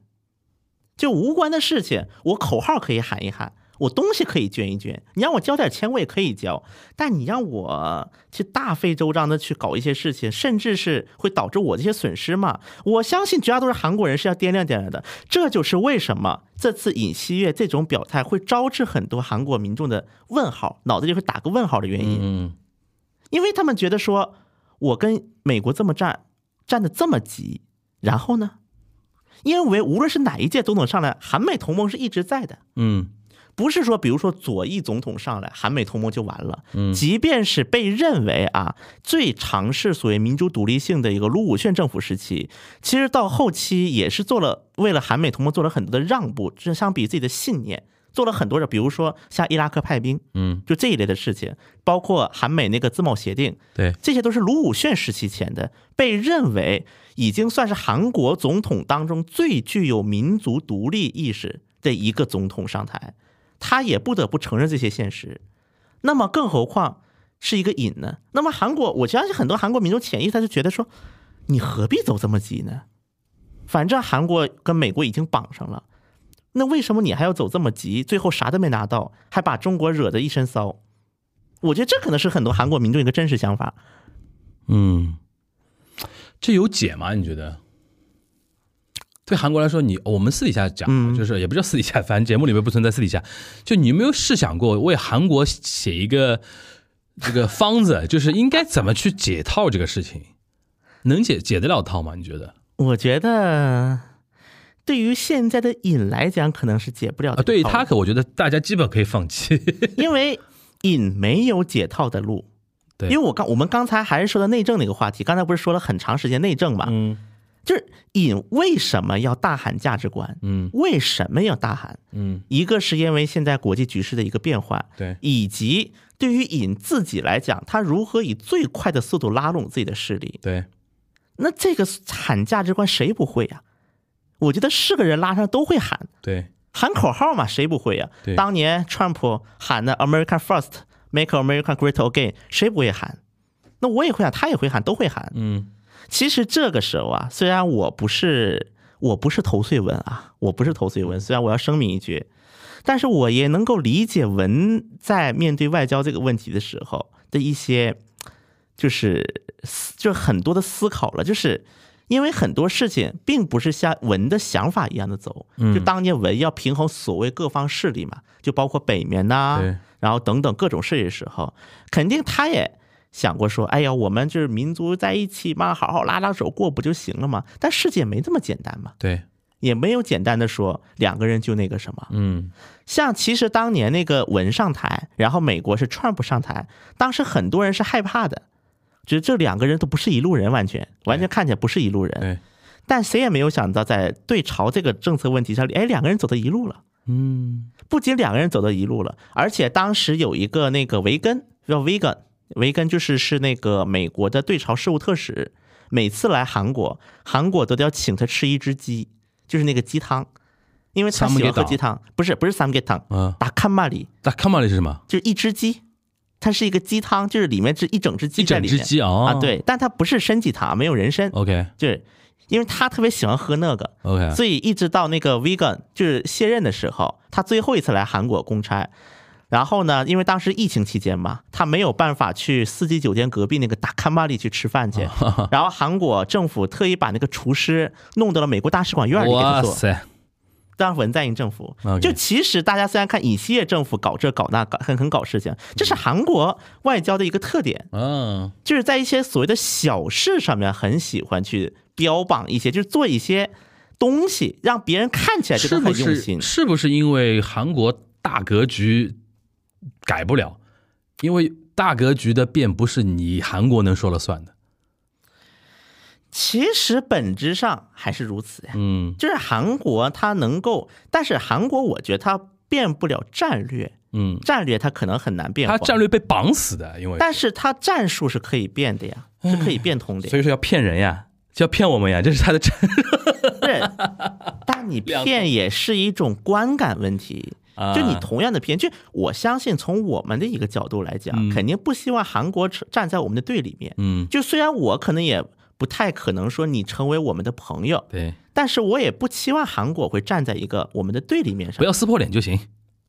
就无关的事情，我口号可以喊一喊，我东西可以捐一捐，你让我交点钱我也可以交，但你让我去大费周章的去搞一些事情，甚至是会导致我这些损失嘛？我相信绝大多数韩国人是要掂量掂量的，这就是为什么这次尹锡悦这种表态会招致很多韩国民众的问号，脑子里会打个问号的原因。嗯，因为他们觉得说，我跟美国这么站，站的这么急，然后呢？因为无论是哪一届总统上来，韩美同盟是一直在的，嗯，不是说比如说左翼总统上来，韩美同盟就完了。即便是被认为啊最尝试所谓民族独立性的一个卢武铉政府时期，其实到后期也是做了为了韩美同盟做了很多的让步，这相比自己的信念。做了很多的，比如说像伊拉克派兵，嗯，就这一类的事情，包括韩美那个自贸协定，对，这些都是卢武铉时期前的，被认为已经算是韩国总统当中最具有民族独立意识的一个总统上台，他也不得不承认这些现实。那么，更何况是一个瘾呢？那么，韩国我相信很多韩国民众潜意识他就觉得说，你何必走这么急呢？反正韩国跟美国已经绑上了，那为什么你还要走这么急？最后啥都没拿到，还把中国惹得一身骚。我觉得这可能是很多韩国民众一个真实想法。嗯，这有解吗？你觉得？对韩国来说，你我们私底下讲，就是也不叫私底下，反正节目里面不存在私底下。就你有没有试想过为韩国写一个这个方子，就是应该怎么去解套这个事情？能解解得了套吗？你觉得？我觉得对于现在的尹来讲，可能是解不了啊，的。对于他，，可我觉得大家基本可以放 <laughs> 弃。因为尹没有解套的路。 <laughs> 对因为我刚我们刚才还是说到内政那个话题，刚才不是说了很长时间内政嘛？嗯就是尹为什么要大喊价值观？嗯为什么要大喊？嗯，一个是因为现在国际局势的一个变化，对以及对于尹自己来讲，他如何以最快的速度拉拢自己的势力。对，那这个喊价值观谁不会呀、我觉得是个人拉上都会喊，对喊口号嘛，谁不会呀、对当年川普喊的 “America First, Make America Great Again”，谁不会喊？那我也会喊，他也会喊，都会喊。嗯其实这个时候啊，虽然我不是我不是投绥文啊，我不是投绥文，虽然我要声明一句，但是我也能够理解文在面对外交这个问题的时候的一些，就是思就是很多的思考了，就是。因为很多事情并不是像文的想法一样的走，嗯就当年文要平衡所谓各方势力嘛，就包括北面呐、对然后等等各种势力的时候，肯定他也想过说，哎呀，我们就是民族在一起嘛，好好拉拉手过不就行了嘛？但世界没这么简单嘛，对，也没有简单的说两个人就那个什么。 <laughs> 嗯像其实当年那个文上台，然后美国是 Trump 上台，当时很多人是害怕的，觉得这两个人都不是一路人，完全完全看起来不是一路人。对，但谁也没有想到，在对朝这个政策问题上，哎，两个人走到一路了。嗯不仅两个人走到一路了，而且当时有一个那个维根叫维根，维根就是是那个美国的对朝事务特使，每次来韩国，韩国都要请他吃一只鸡，就是那个鸡汤，因为他喜欢喝鸡汤，不是不是三鸡汤，啊，打看马里那 come on 是什么？就是一只鸡，它是一个鸡汤，就是里面是一整只鸡一在整里只面鸡哦啊，对，但它不是参鸡汤，没有人参， ，OK 就是因为他特别喜欢喝那个， OK，所以一直到那个 Vegan 就是卸任的时候，他最后一次来韩国公差。然后呢，因为当时疫情期间嘛，他没有办法去四季酒店隔壁那个大康巴里去 <laughs> 吃饭去。然后韩国政府特意把那个厨师弄到了美国大使馆院里给他哇做，塞，让文在寅政府。 OK 就其实大家虽然看尹锡悦政府搞这搞那搞很很搞事情，这是韩国外交的一个特点。嗯就是在一些所谓的小事上面，很喜欢去标榜一些，就是做一些东西，让别人看起来觉是得不哎很用心是。是不是因为韩国大格局改不了？因为大格局的变不是你韩国能说了算的。其实本质上还是如此呀，嗯就是韩国它能够，但是韩国我觉得它变不了战略，嗯，战略它可能很难变化。他战，略被绑死的，因为但是它战术是可以变的呀，是可以变通的呀所。以说要骗人呀，就要骗我们呀，这是他的战 <laughs> 对，但你两骗也是一种观感问题。啊 <laughs> 就你同样的骗，就我相信从我们的一个角度来讲，嗯肯定不希望韩国成站在我们的对立面。嗯就虽然我可能也不太可能说你成为我们的朋友，对，但是我也不期望韩国会站在一个我们的对立面上不，要撕破脸就行。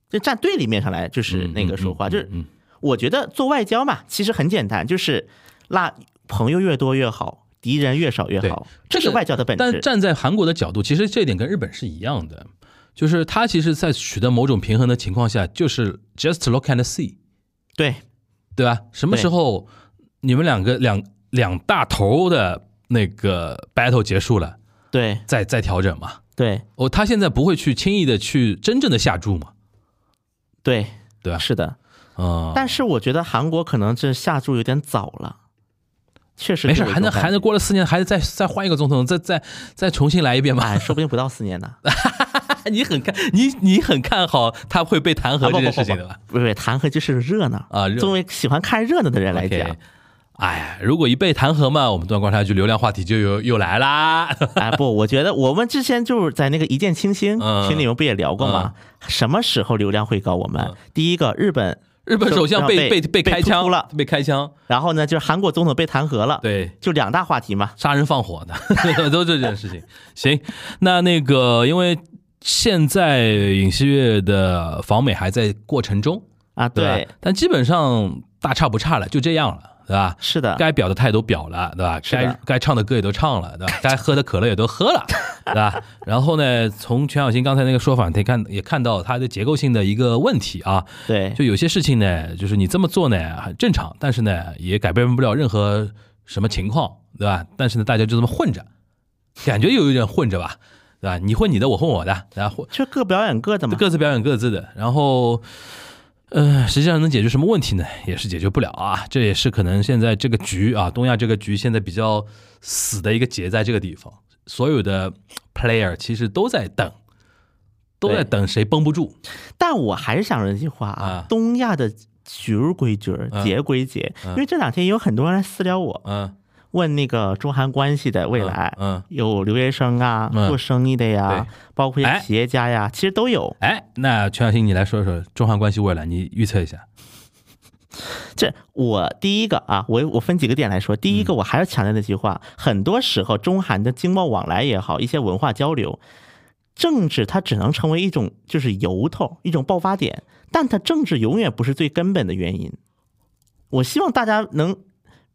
就站对立面上来，就是嗯那个说话，嗯就是嗯我觉得做外交嘛，其实很简单，就是拉朋友越多越好，敌人越少越对好，这是这个外交的本但质。站在韩国的角度，其实这一点跟日本是一样的，就是他其实在取得某种平衡的情况下，就是 just look and see，对，对吧？什么时候你们两个两两大头的那个 battle 结束了，对，再再调整嘛？对，哦，他现在不会去轻易的去真正的下注嘛？对，对啊吧？是的。嗯，但是我觉得韩国可能这下注有点早了，确实没事，给我一还能种感还能过了四年，还得再再换一个总统，再再再重新来一遍嘛？哎，说不定不到四年呢。 <laughs> 你很看你你很看好他会被弹啊劾不这不件不事情不的吧？不不，弹劾就是热闹啊热闹作为喜欢看热闹的人来讲 OK，哎呀，如果一被弹劾嘛，我们东阳观察局流量话题就又又来 <laughs> 啦。哎，不，我觉得我们之前就是在那个一见倾心嗯群里面不也聊过吗？什么时候流量会高？我们第一个日本，嗯日本首相被被被被开突枪突了，被开枪，然后呢就是韩国总统被弹劾了，，对，就两大话题嘛。杀人放火的， <laughs> 都这件事情。行，那那个因为现在尹锡悦的访美还在过程中，啊，对吧？对，但基本上大差不差了，就这样了，对吧？是的，该表的态都表了，对吧？啊是的该该唱的歌也都唱了， <laughs> 对吧？该喝的可乐也都喝了，对吧？然后呢，从全小新刚才那个说法，可以看也看到它的结构性的一个问题啊，对，就有些事情呢，就是你这么做呢很正常，但是呢也改变不了任何什么情况，对吧？但是呢，大家就这么混着，感觉有一点混着吧，对吧？你混你的，我混我的，然后就各表演各的嘛。各自表演各自的，然后。呃，实际上能解决什么问题呢？也是解决不了啊。这也是可能现在这个局啊，东亚这个局现在比较死的一个结在这个地方。所有的 player 其实都在等，都在对等谁绷不住。但我还是想说一句话啊啊，东亚的局儿归局儿，嗯节归节，因为这两天有很多人来私聊我，嗯，问那个中韩关系的未来，嗯嗯有留学生啊，嗯做生意的呀对，包括一些哎企业家呀，其实都有。哎，那全小新，你来说一说中韩关系未来，你预测一下。这我第一个啊，我我分几个点来说，第一个我还是强调那句话，很多时候中韩的经贸往来也好，一些文化交流。政治它只能成为一种就是由头，一种爆发点，但它政治永远不是最根本的原因。我希望大家能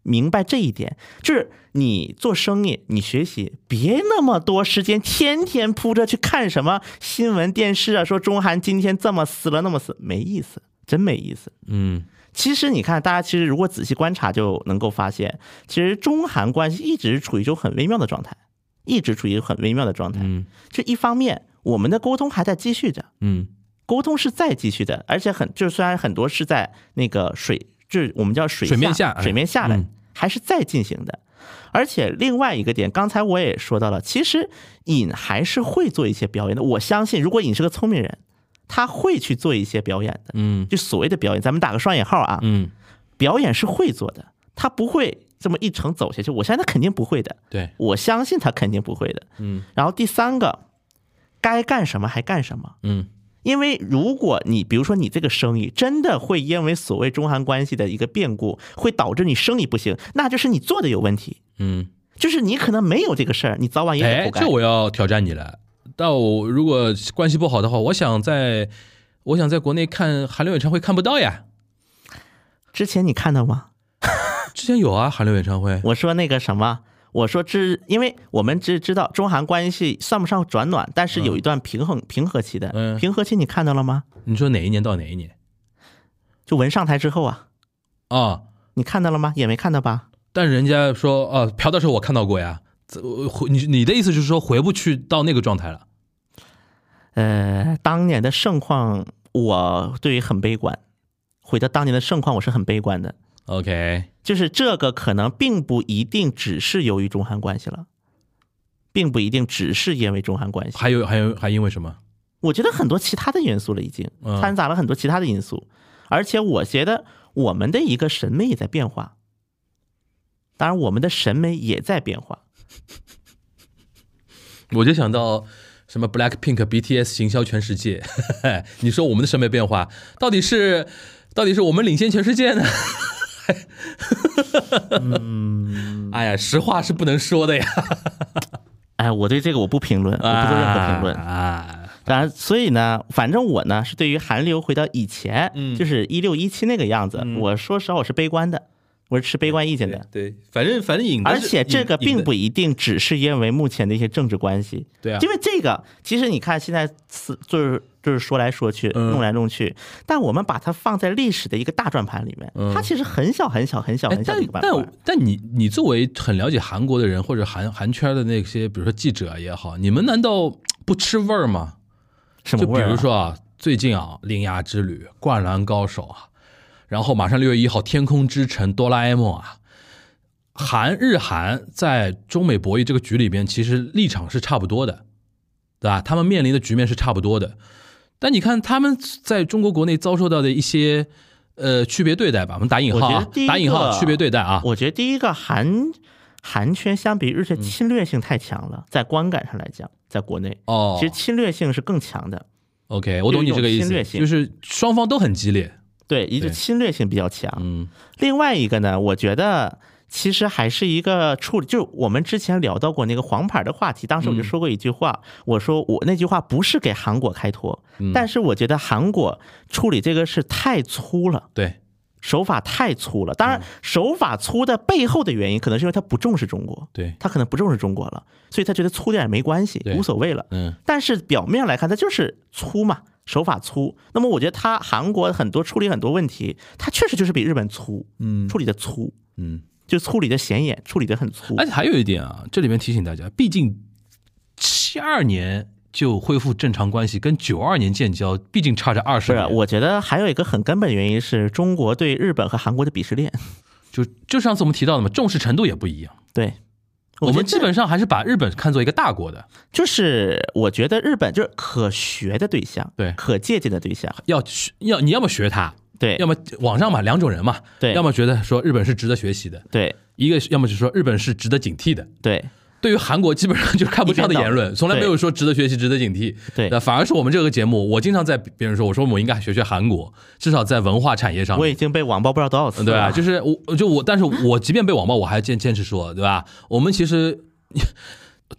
明白这一点，就是你做生意，你学习，别那么多时间天天扑着去看什么新闻、电视啊，说中韩今天这么死了，那么死，没意思，真没意思。嗯其实你看，大家其实如果仔细观察，就能够发现，其实中韩关系一直处于一种很微妙的状态，一直处于很微妙的状态。嗯就一方面，我们的沟通还在继续着，嗯沟通是在继续的，而且很就是虽然很多是在那个水，就是我们叫水水面下哎水面下来、嗯还是在进行的。而且另外一个点，刚才我也说到了，其实尹还是会做一些表演的。我相信，如果尹是个聪明人，他会去做一些表演的。嗯就所谓的表演，咱们打个双引号啊，嗯，表演是会做的，他不会这么一程走下去。我相信他肯定不会的，对，我相信他肯定不会的。嗯然后第三个，该干什么还干什么。嗯因为如果你比如说你这个生意真的会因为所谓中韩关系的一个变故，会导致你生意不行，那就是你做的有问题，嗯，就是你可能没有这个事儿，你早晚也得哎覆，盖。这我要挑战你了。但我如果关系不好的话，我想在，我想在国内看韩流演唱会看不到呀。之前你看到吗？之前有啊，韩流演唱会，我说那个什么。我说知，因为我们只知道中韩关系算不上转暖，但是有一段平衡平和期的。嗯平和期你看到了吗？你说哪一年到哪一年就文上台之后啊，啊？你看到了吗？也没看到吧？但人家说啊，嫖的时候我看到过呀。这我回你你的意思就是说回不去到那个状态了？呃，当年的盛况，我对于很悲观。回到当年的盛况，我是很悲观的。 OK，就是这个可能并不一定只是由于中韩关系了，并不一定只是因为中韩关系，还有还有还因为什么？我觉得很多其他的因素了，已经嗯掺杂了很多其他的因素，而且我觉得我们的一个审美也在变化，当然我们的审美也在变化。我就想到什么 Black Pink BTS 行销全世界， <laughs> 你说我们的审美变化到底是到底是我们领先全世界呢？ <laughs> 嗯，哎呀，实话是不能说的呀，哎，我对这个我不评论，我不做任何评论。啊，当然，所以呢，反正我呢是对于韩流回到以前，嗯就是一六一七那个样子，我说实话我是悲观的，我是持悲观意见的。对，反正反正影的而是，且这个影并不影的一定只是因为目前的一些政治关系，对啊因为这个其实你看现在是就是就是说来说去嗯弄来弄去，但我们把它放在历史的一个大转盘里面，它其实很小很小很小嗯哎很小的但一个板块但。但你你作为很了解韩国的人，或者韩韩圈的那些，比如说记者也好，你们难道不吃味儿吗？什么就比味儿啊如说啊，最近啊，《铃芽之旅》《灌篮高手》啊，然后马上六月一号，《天空之城》《哆啦 A 梦》啊，韩日韩在中美博弈这个局里边，其实立场是差不多的，对吧？他们面临的局面是差不多的，但你看他们在中国国内遭受到的一些呃区别对待吧，我们打引号我觉啊得第一，个打引号区别对待啊，嗯我觉得第一个韩韩圈相比日圈侵略性太强了，在观感上来讲，在国内哦，其实侵略性是更强的， OK，我懂你这个意有一种侵略思，性就是双方都很激烈，对，也就对侵略性比较强。嗯另外一个呢，我觉得其实还是一个处理，就是我们之前聊到过那个黄牌的话题，当时我就说过一句话，我说我那句话不是给韩国开脱，但是我觉得韩国处理这个是太粗了。对，手法太粗了，当然，手法粗的背后的原因，可能是因为他不重视中国，对他可能不重视中国了，所以他觉得粗点也没关系，对无所谓了。嗯但是表面来看，它就是粗嘛，手法粗。那么我觉得它韩国很多处理很多问题，它确实就是比日本粗，嗯处理的粗，嗯。就处理的显眼，处理的很粗而。且还有一点啊，这里面提醒大家，毕竟七二年就恢复正常关系，跟九二年建交，毕竟差着二十不是，年。我觉得还有一个很根本原因是中国对日本和韩国的鄙视链。 <laughs> 就就上次我们提到的嘛，重视程度也不一样。对，我觉得们基本上还是把日本看作一个大国的，就是我觉得日本就是可学的对象，对可借鉴的对象，要学要你要么学它，对，要么网上嘛两种人嘛，对要么觉得说日本是值得学习的，对一个是要么就是说日本是值得警惕的。对对于韩国，基本上就是看不上的言论，从来没有说值得学习、值得警惕。对那反而是我们这个节目，我经常在别人说，我说我应该学学韩国，至少在文化产业上面。我已经被网暴不知道多少次了，啊对啊吧？就是我，就我，但是我即便被网暴，我还坚坚持说，对吧？我们其实 <laughs>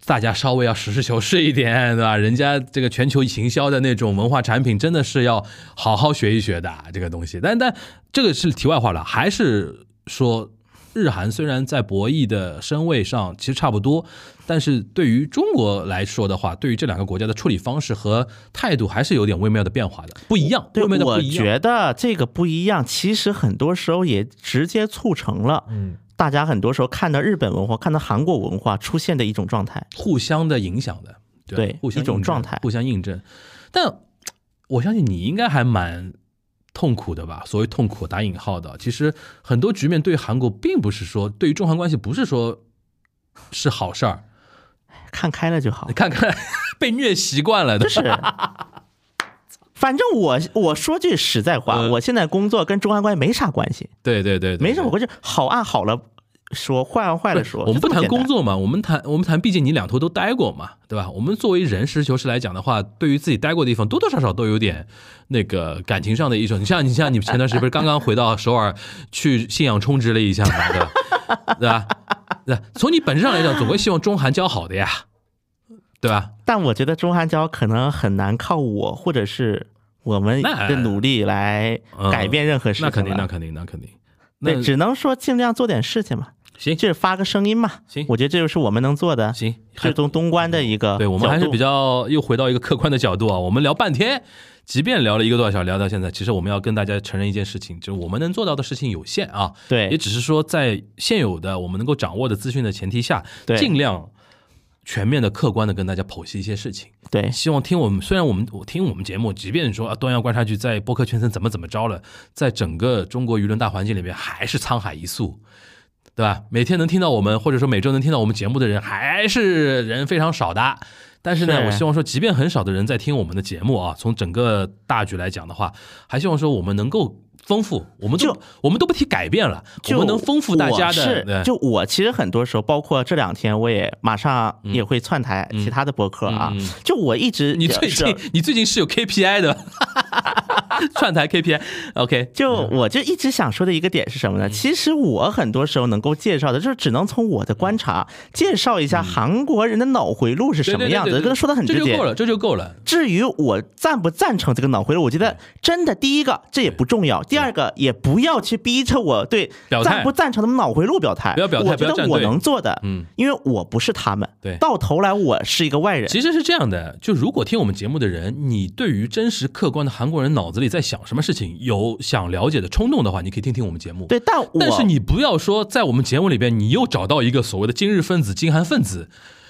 大家稍微要实事求是一点，对吧？人家这个全球行销的那种文化产品，真的是要啊好好学一学的这个东西。但但这个是题外话了，还是说日韩虽然在博弈的身位上其实差不多，但是对于中国来说的话，对于这两个国家的处理方式和态度还是有点微妙的变化的，不一样，对，微妙的不我一样。觉得这个不一样，其实很多时候也直接促成了嗯，大家很多时候看到日本文化、看到韩国文化出现的一种状态。互相的影响的，对互相一种印证状态互相印证。但我相信你应该还蛮痛苦的吧？所谓痛苦打引号的，其实很多局面对韩国并不是说，对于中韩关系不是说是好事儿。看开了就好你，看看 <laughs> 被虐习惯了的，就是。反正我我说句实在话，嗯我现在工作跟中韩关系没啥关系，对对对对，没什么对。关系，好按好了说，坏按坏了说。我们就不这么谈简单工，作嘛，我们谈我们谈，毕竟你两头都待过嘛，对吧？我们作为人，实事求是来讲的话，对于自己待过的地方，多多少少都有点那个感情上的一种。你像你像你前段时间不是刚刚回到首尔去信仰充值了一下嘛，对吧？ <laughs> 对吧？对吧，从你本质上来讲，总会希望中韩交好的呀，对吧？但我觉得中韩交可能很难靠我或者是我们那嗯的努力来改变任何事情那了、肯定，那肯定，那肯定。那对，只能说尽量做点事情嘛，行就是发个声音嘛。行我觉得这就是我们能做的。行，是从东关的一个对我们啊角还是度比较又回到一个客观的角度啊，我们聊半天，即便聊了一个多小时，聊到现在，其实我们要跟大家承认一件事情，就是我们能做到的事情有限啊，对也只是说在现有的我们能够掌握的资讯的前提下，对尽量全面的、客观的跟大家剖析一些事情。对希望听我们，虽然我们我听我们节目，即便说啊，东阳观察局在播客圈层怎么怎么着了，在整个中国舆论大环境里面还是沧海一粟，对吧？每天能听到我们，或者说每周能听到我们节目的人，还是人非常少的。但是呢，是我希望说，即便很少的人在听我们的节目啊，从整个大局来讲的话，还希望说我们能够丰富，我们都就我们都不提改变了，我就们能丰富大家我的。对是，就我其实很多时候，包括这两天，我也马上也会窜台其他的博客啊。嗯嗯就我一直你最近是你最近是有 KPI 的， <laughs> 串台 KPI，OK，、 <laughs> 就我就一直想说的一个点是什么呢？嗯其实我很多时候能够介绍的，就是只能从我的观察介绍一下韩国人的脑回路是对什么样嗯对对子，对跟他说的很这直就接够。了，这就够了。至于我赞不赞成这个脑回路，我觉嗯得真的第一个这也不重要，第二个也不要去逼着我对表态赞不赞成他们脑回路表态。不要表态我觉不要站得队我能做的，嗯，因为我不是他们，对到头来我是一个外人。其实是这样的，就如果听我们节目的人，你对于真实客观的韩国人脑子里在想什么事情有想了解的冲动的话，你可以听听我们节目。对，但我但是你不要说在我们节目里边，你又找到一个所谓的今日分子、金韩分子。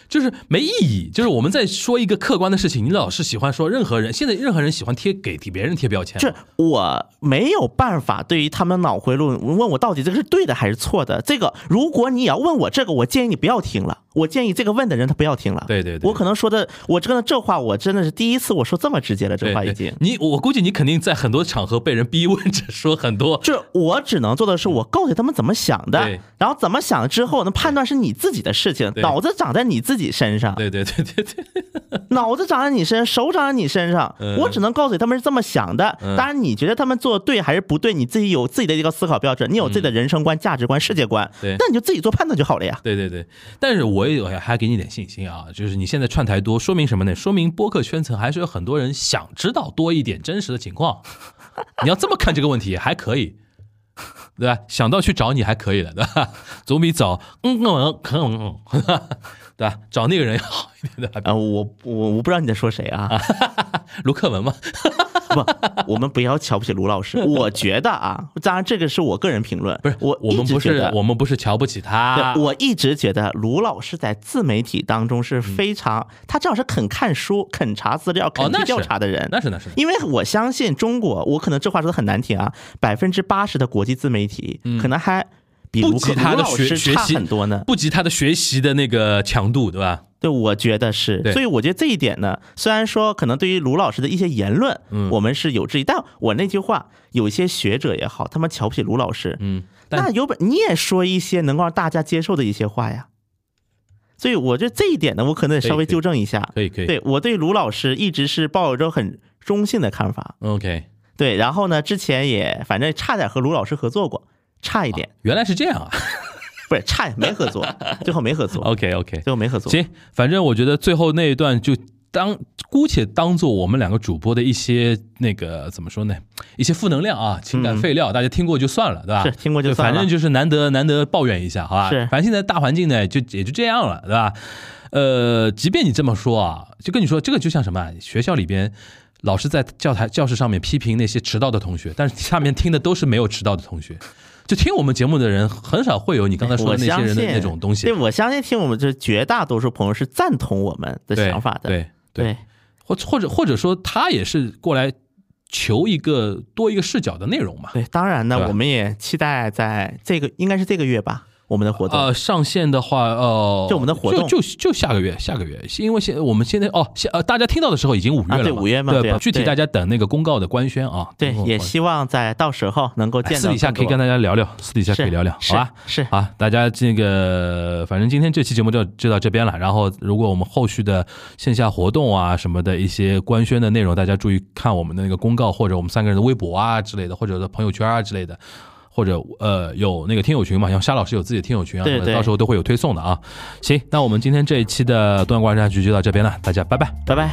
就是没意义，就是我们在说一个客观的事情，你老是喜欢说任何人，现在任何人喜欢贴给给别人贴标签嘛，这我没有办法对于他们脑回路问我到底这个是对的还是错的。这个如果你要问我这个，我建议你不要听了。我建议这个问的人他不要听了。对对对我可能说的我真的这话我真的是第一次我说这么直接了，这对话已对经。你我估计你肯定在很多场合被人逼问着说很多，这我只能做的是，我告诉他们怎么想的对，然后怎么想之后呢，判断是你自己的事情，对脑子长在你自己身上，对对对对对，脑子长在你身上，手长在你身上嗯，我只能告诉他们是这么想的。嗯当然，你觉得他们做的对还是不对，你自己有自己的一个思考标准，你有自己的人生观、价值观、世界观，嗯对那你就自己做判断就好了呀。对对对，但是我也有还给你点信心啊，就是你现在串台多，说明什么呢？说明播客圈层还是有很多人想知道多一点真实的情况。 <laughs> 你要这么看这个问题，还可以，对吧？想到去找你还可以了，对吧？总比找嗯嗯嗯嗯嗯， <laughs> 对吧？找那个人要好一点的，啊，我我我不知道你在说谁 <laughs> 啊，卢克文嘛，不，我们不要瞧不起卢老师。我觉得啊，当然这个是我个人评论，不是我我们一直不觉是得我们不是瞧不起他，对，我一直觉得卢老师在自媒体当中嗯是非常，他至少是肯看书、肯查资料、肯哦那去是调查的人。那是那是那因为我相信中国，我可能这话说的很难听啊，百分之八十的国际自媒体可能还比嗯不卢克及他卢的老学师学差习很多呢。不及他的学习的那个强度，对吧？对，我觉得对是，所以我觉得这一点呢，虽然说可能对于卢老师的一些言论，嗯我们是有质疑，但我那句话，有一些学者也好，他们瞧不起卢老师，嗯，但那有本你也说一些能够让大家接受的一些话呀。所以我觉得这一点呢，我可能得稍微可以可以纠正一下。可以可以，对我对卢老师一直是抱有着很中性的看法。 ，OK。对，然后呢，之前也反正差点和卢老师合作过，差一点，原来是这样啊不是 <laughs> 差没合作，最后没合作， ，OK OK，最后没合作。行，反正我觉得最后那一段就当姑且当做我们两个主播的一些那个怎么说呢，一些负能量啊，情感废料，大家听过就算了，对吧？嗯是听过就对算了反正就是难得难得抱怨一下，好吧？是反正现在大环境呢，就也就这样了，对吧？呃，即便你这么说啊，就跟你说，这个就像什么啊，学校里边老师在教台教室上面批评那些迟到的同学，但是下面听的都是没有迟到的同学。就听我们节目的人，很少会有你刚才说哎我的那相些人信的那种东西对，，我相信听我们这绝大多数朋友是赞同我们的对想法的。对对对或或者或者说他也是过来求一个多一个视角的内容嘛。对当然呢对，吧我们也期待在这个应该是这个月吧，我们的活动。呃，上线的话，呃，就我们的活动就就就下个月，下个月，因为现我们现在哦，下呃，大家听到的时候已经五月了嘛、啊对五月嘛对对啊具体对大家等那个公告的官宣啊，对等公，告也官宣希望在到时候能够哎见到私底下可以跟更多大家聊聊，私底下可以是聊聊，是好吧？是啊，大家这个反正今天这期节目就就到这边了。然后，如果我们后续的线下活动啊什么的一些官宣的内容，大家注意看我们的那个公告，或者我们三个人的微博啊之类的，或者的朋友圈啊之类的。或者呃有那个听友群嘛，像沙老师有自己的听友群啊，对什么的对到时候都会有推送的啊。行，那我们今天这一期的东阳观察局就到这边了，大家拜拜。拜拜。